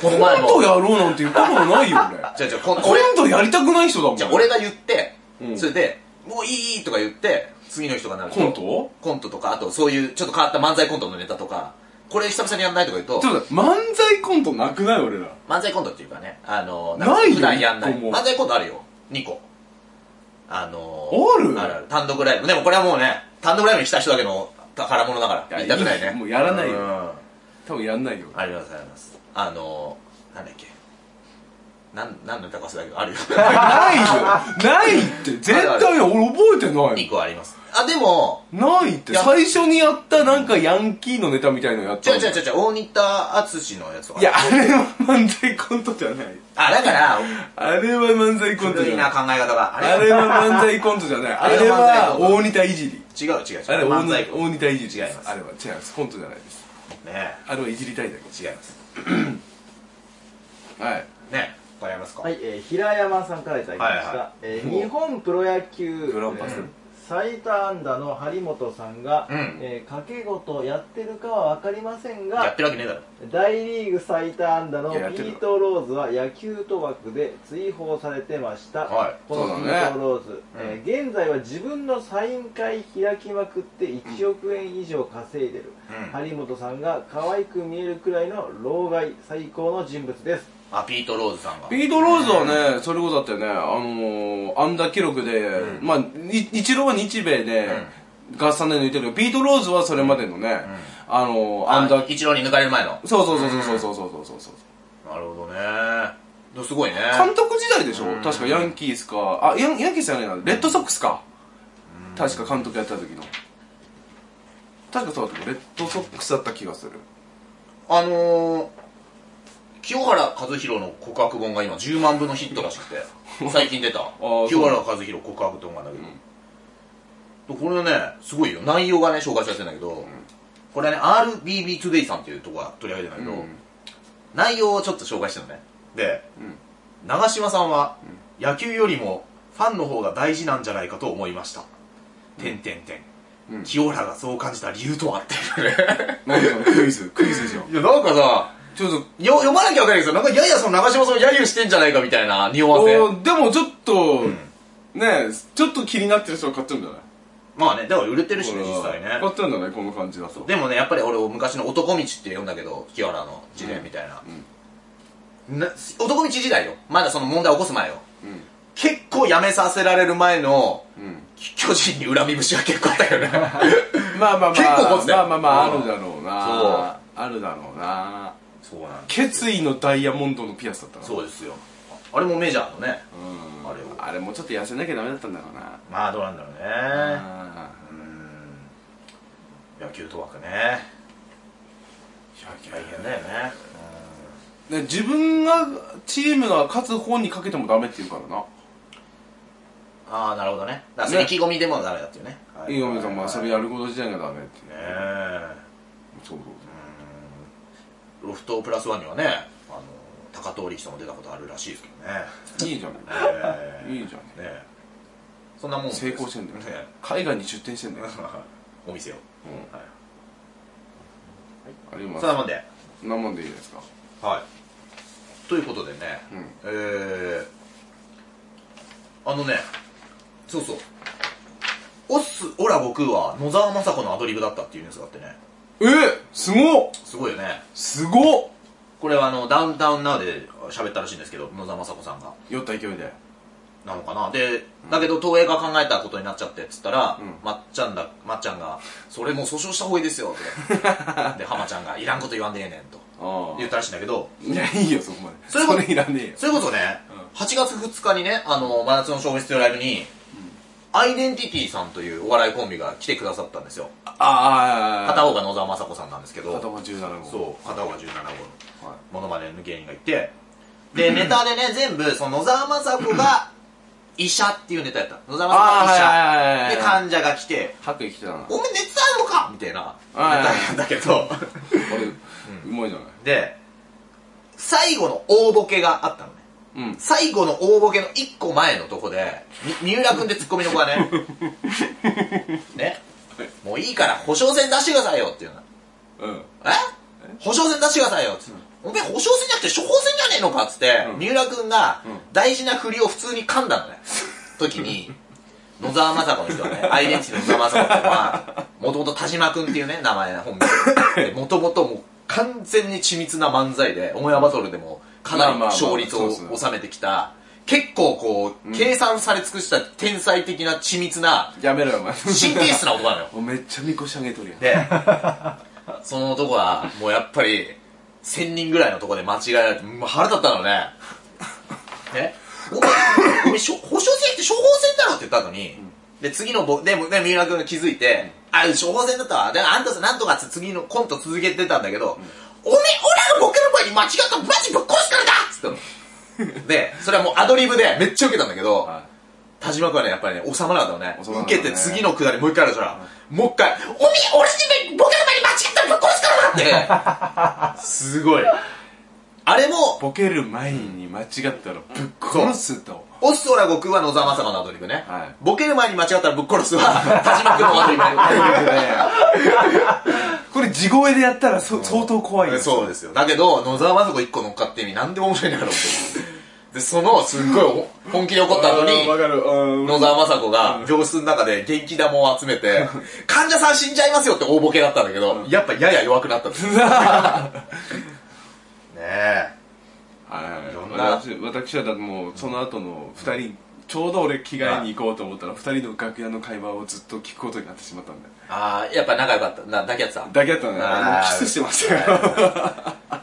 A: この前
B: コント
A: も
B: やろうなんて言ったことないよ俺
A: じゃあじゃあこん
B: コ
A: 俺
B: ントやりたくない人だもん
A: じゃあ俺が言って、
B: うん
A: それでもういいいいとか言って次の人がなると
B: コント
A: コントとかあとそういうちょっと変わった漫才コントのネタとかこれ久々にやんないとか言うと
B: ちょっと待って漫才コントなくない俺ら
A: 漫才コントっていうかね、あの、
B: ないよ
A: 普段やんない。
B: 一個も
A: 漫才コントあるよ。2個。あの
B: ある
A: あるある。単独ライブ。でもこれはもうね、単独ライブに来た人だけの宝物だから。
B: いや
A: 言いたくないね。
B: いいもうやらないよ
A: うん
B: 多分やんないよ
A: ありがとうございます。あのなんだっけ。なん、なんの高さだけど、あ
B: (laughs)
A: るよ。
B: ないよないって絶対俺覚えてな
A: 2
B: い
A: 個あります。あ、でも、
B: ないって
A: いや
B: 最初にやったなんかヤンキーのネタみたいのやっ
A: ち
B: た
A: ょ
B: の
A: いちょいちょいちょい、大仁田厚のやつとか
B: いやあれは漫才コントじゃない
A: あ、だから、
B: あれは漫才コント
A: 古
B: じ
A: い
B: ゃ
A: な
B: ない
A: 考え方が。あ
B: あ
A: れ
B: れは漫才コントじゃないあ
A: あれ
B: れ
A: は漫才コ
B: は
A: ント
B: 大仁田いじり
A: 違う違う違う。
B: あれ
A: 漫才
B: 大
A: コン
B: 仁田いじ
A: 違
B: り
A: い
B: で
A: ます
B: あれは違いますコントじゃないです
A: ト。ね
B: あれはいじりたいだ
A: 違います。
B: けはい
A: ねわかりますか
C: はい、えー平山さんからいただきました、
A: はいはい
C: えー日本プロ野球
B: グランパス
C: えー最多安打の張本さんが、
A: うん
C: えー掛け事やってるかは分かりません
A: やっ
C: が
A: てるわけねえだろ。
C: 大リーグ最多安打の
B: い
C: ピ
B: ややってる
C: ート・ローズは野球賭博で追放されてました、
A: はい
C: この
B: そ
C: ピ
B: うだね
C: ート・ローズ、えー現在は自分のサイン会開きまくって1億円以上稼いでる、
A: うん
C: 張本さんが可愛く見えるくらいの老害最高の人物です
A: あ、ピート・ローズさんが。
B: ピート・ローズはね、それこそだってね、あのー、アンダー記録で、
A: うん
B: まあ、に一郎は日米で、合算で抜いてるけど、ピート・ローズはそれまでのね、あのー、アンダー
A: 一郎に抜かれる前の。
B: そうそうそうそうそうそうそうそうそう。
A: なるほどね。どすごいね。
B: 監督時代でしょ、
A: うん
B: 確かヤンキースか、あ、ヤンヤンキースじゃないな、レッドソックスか。確か監督やってた時の。確かそうだったレッドソックスだった気がする。
A: あのー、清原和博の告白本が今10万部のヒットらしくて、最近出た
B: そう。
A: 清原和博告白本がだけど。これね、すごいよ。内容がね、紹介されてんだけど、これね、RBB Today さんっていうとこが取り上げてんだけど、内容をちょっと紹介してるのね。で、長嶋さんは、野球よりもファンの方が大事なんじゃないかと思いました。てんてんて。
B: うんん
A: 清原がそう感じた理由とはっていうね。
B: なんか
A: (laughs)
B: クイズ、クイズじゃん。
A: いや、 (laughs) なんかさ、
B: ちょっと、
A: よ読まなきゃわかんないですよ。なんか、ややその長嶋さんを揶揄してんじゃないかみたいな匂わせ。
B: おーでもちょっと、ねちょっと気になってる人が買ってるんじゃない
A: まあね、だから売れてるしね、
B: これは
A: 実際ね。
B: 買ってるんだね、この感じだと。
A: でもね、やっぱり俺、昔の男道って読んだけど、清原の事例みたいな。な男道時代よ。まだその問題起こす前よ。
B: うん。
A: 結構やめさせられる前の、
B: うん。
A: 巨人に恨み節は結構あったよね。
B: まあまあまあ、
A: 結構こっちだよ
B: まあまあまあ、あるだろうな。
A: そう
B: あるだろうな。
A: (laughs) そうなん
B: 決意のダイヤモンドのピアスだったな。
A: そうですよ。あれもメジャーのね。
B: うん。
A: あれを
B: あれもうちょっと痩せなきゃダメだったんだろうな。
A: まあ、どうなんだろうね。
B: あ
A: うーん。野球賭博ね。
B: ーいや
A: 大
B: いや
A: 変だよね。
B: で自分が、チームが勝つ方にかけてもダメって言うからな。
A: ああ、なるほどね。だから、咳込みでもダメだっていうね。
B: いいよ、みさんも遊び
A: ね
B: やること自体がダメっていう。
A: え。
B: そうそう
A: ロフトプラスワンにはね、あの、高通力さんも出たことあるらしいですけどね。
B: そう。いいじゃん。
A: ええ
B: いいじゃん。
A: ねえそんなもんです
B: 成功してんだよ
A: ね
B: 海外に出店してんだよ。
A: (laughs) お店を。
B: うん
A: はい
B: ありま
A: そん。
B: す
A: なもんで。
B: そんなもんでいいですか。
A: はい。ということでね、
B: うん。
A: えー、あのね、そうそう。オッス、オラ悟空は野沢雅子のアドリブだったっていうニュースがあってね。
B: えすごっ
A: すごいよね。
B: すごっ
A: これはあの、ダウンタウンナウで喋ったらしいんですけど、野沢雅子さんが。
B: 酔った勢いで。
A: なのかな。で、だけど東映が考えたことになっちゃってっつったら、
B: うん
A: まっちゃんだ、まっちゃんが、それもう訴訟した方がいいですよって。
B: (laughs)
A: で、浜ちゃんが、いらんこと言わんでええねんと
B: あ
A: 言ったらしいんだけど、
B: いや、いいよ、そこまで。
A: それも
B: いらねえよ。
A: それこそね、8月2日にね、あの、真夏の消滅というライブに、アイデンティティさんというお笑いコンビが来てくださったんですよ。
B: ああ、ああ、
A: 片方が野沢雅子さんなんですけど、
B: 片方17号。
A: そう、片方が17号の
B: う。は
A: モノマネの芸人がいて、で、ネタでね、全部、その野沢雅子が医者っていうネタやった。野沢雅子が医者。
B: ああ、はいはいはいはい。
A: で、患者が来て、
B: 白衣着てたな。
A: お前熱あるのかみたいな、ネタ
B: はいはい
A: なんだけど、
B: あれ、うまいじゃない。
A: で、最後の大ボケがあったのね。
B: うん。
A: 最後の大ボケの一個前のとこで、み三浦くんでツッコミの子が
B: (laughs)
A: ね、ね、もういいから保証線出してくださいよっていうの。
B: うん。
A: え保証線出してくださいよっつって。おめえ保証線じゃなくて処方線じゃねえのかっつって、
B: うん
A: 三浦くんが
B: うん
A: 大事な振りを普通に噛んだのね。時
B: (laughs)
A: に、野沢雅子の人はね、アイデンティティの野沢雅子っていうのは、もともと田島くんっていうね、名前の本
B: (laughs)
A: 名。もともともう完全に緻密な漫才で、オンエアバトルでもかなり勝率
B: まあ
A: を
B: まあまあそうですね
A: 収めてきた、結構こう、計算され尽くした天才的な緻密な、
B: やめろよ、お前。
A: 神経
B: (laughs)
A: 質な男なのよ。
B: おめっちゃみこし上げとるやん。
A: で、その男は、もうやっぱり、1000人ぐらいのとこで間違えられて、もう腹立ったのね。ねお前、お前、しょ保証線って処方箋だろって言ったのに、で、次の僕、で、もで三浦君が気づいて、あ、処方箋だったわ。で、あんたさ、なんとかっつって次のコント続けてたんだけど、おめえ、俺らのボケの声に間違ったらマジぶっ殺すからだっつったの。で、それはもうアドリブでめっちゃ受けたんだけど、
B: は
A: 田島君はね、やっぱりね、収まらなかったのね。
B: 収まらなかった
A: 受
B: ね
A: けて次のくだりもう一回あるから、もう一回、おみ、俺にボケの前に間違ったらぶっ殺すからな
B: (laughs)
A: って。すごい。あれ
B: い。
A: も、
B: ボケる前に間違ったらぶっ殺すと。
A: オスオラ悟空は野沢雅子のアドリブね。
B: はい
A: ボケる前に間違ったらぶっ殺すは、田島君のアドリブね。
B: これ地声でやったら (laughs) そ相当怖いよ。
A: そうですよ。だけど、野沢雅子一個乗っかって意味、なんでも面白いんだろうって。で、その、すっごいお本気で怒った後に、
B: わかる。うん
A: 野沢雅子が病室の中で元気玉を集めて、患者さん死んじゃいますよって大ボケだったんだけど、やっぱやや弱くなったんですよねえ。
B: はいはい
A: いろんな
B: 私私はだってもうその後の2人ちょうど俺着替えに行こうと思ったら2人の楽屋の会話をずっと聞くことになってしまったんだよ
A: ああ、やっぱ仲良かった。な、だけやってた。
B: だけだったんだよもう
A: あー
B: キスしてましたよ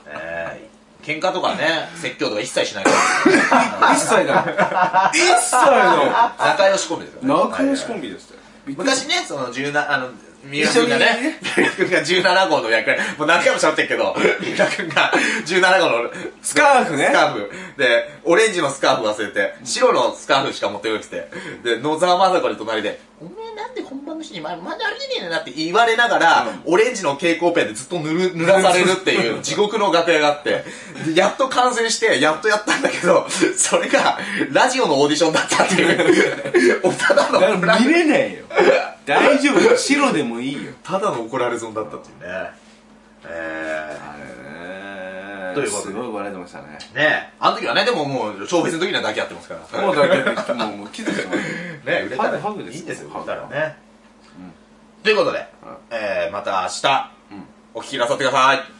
A: ええ喧嘩とかね、説教とか一切しないから。
B: 一切だ一切
A: 仲良しコンビですよね。
B: の仲良しコンビでしたよびっくりした
A: 昔ね、その17、あの、三浦君が
B: 一緒
A: ね
B: にね、
A: 三浦君が17号の役割、もう何回も喋ってるけど、三浦君が17号の
B: スカーフね
A: スカーフ。で、オレンジのスカーフ忘れて、白のスカーフしか持ってなくて、で、野沢雅子に隣で、おめえなんで本番の人にままだ歩けねえなって言われながら、オレンジの蛍光ペンでずっと塗る、塗らされるっていう地獄の楽屋があって、でやっと完成して、やっとやったんだけど、それが、ラジオのオーディションだったって
B: (laughs)
A: いう、おただの
B: だから見れない (laughs) よ大丈夫白でもいいよ
A: ただの怒られ損だったっていうね。え
B: あれね
A: ということです
B: ごい笑えてましたね
A: えねえ。あの時はね、でももう、小別の時には抱き合ってますから。
B: もうだけだってもうもうキスしてま (laughs) し
A: ね売れたら
B: ハグハグです
A: いいんですよ、
B: ハ
A: 売れ
B: グ
A: たらね。ということで、えーまた明日、お聞きなさってください。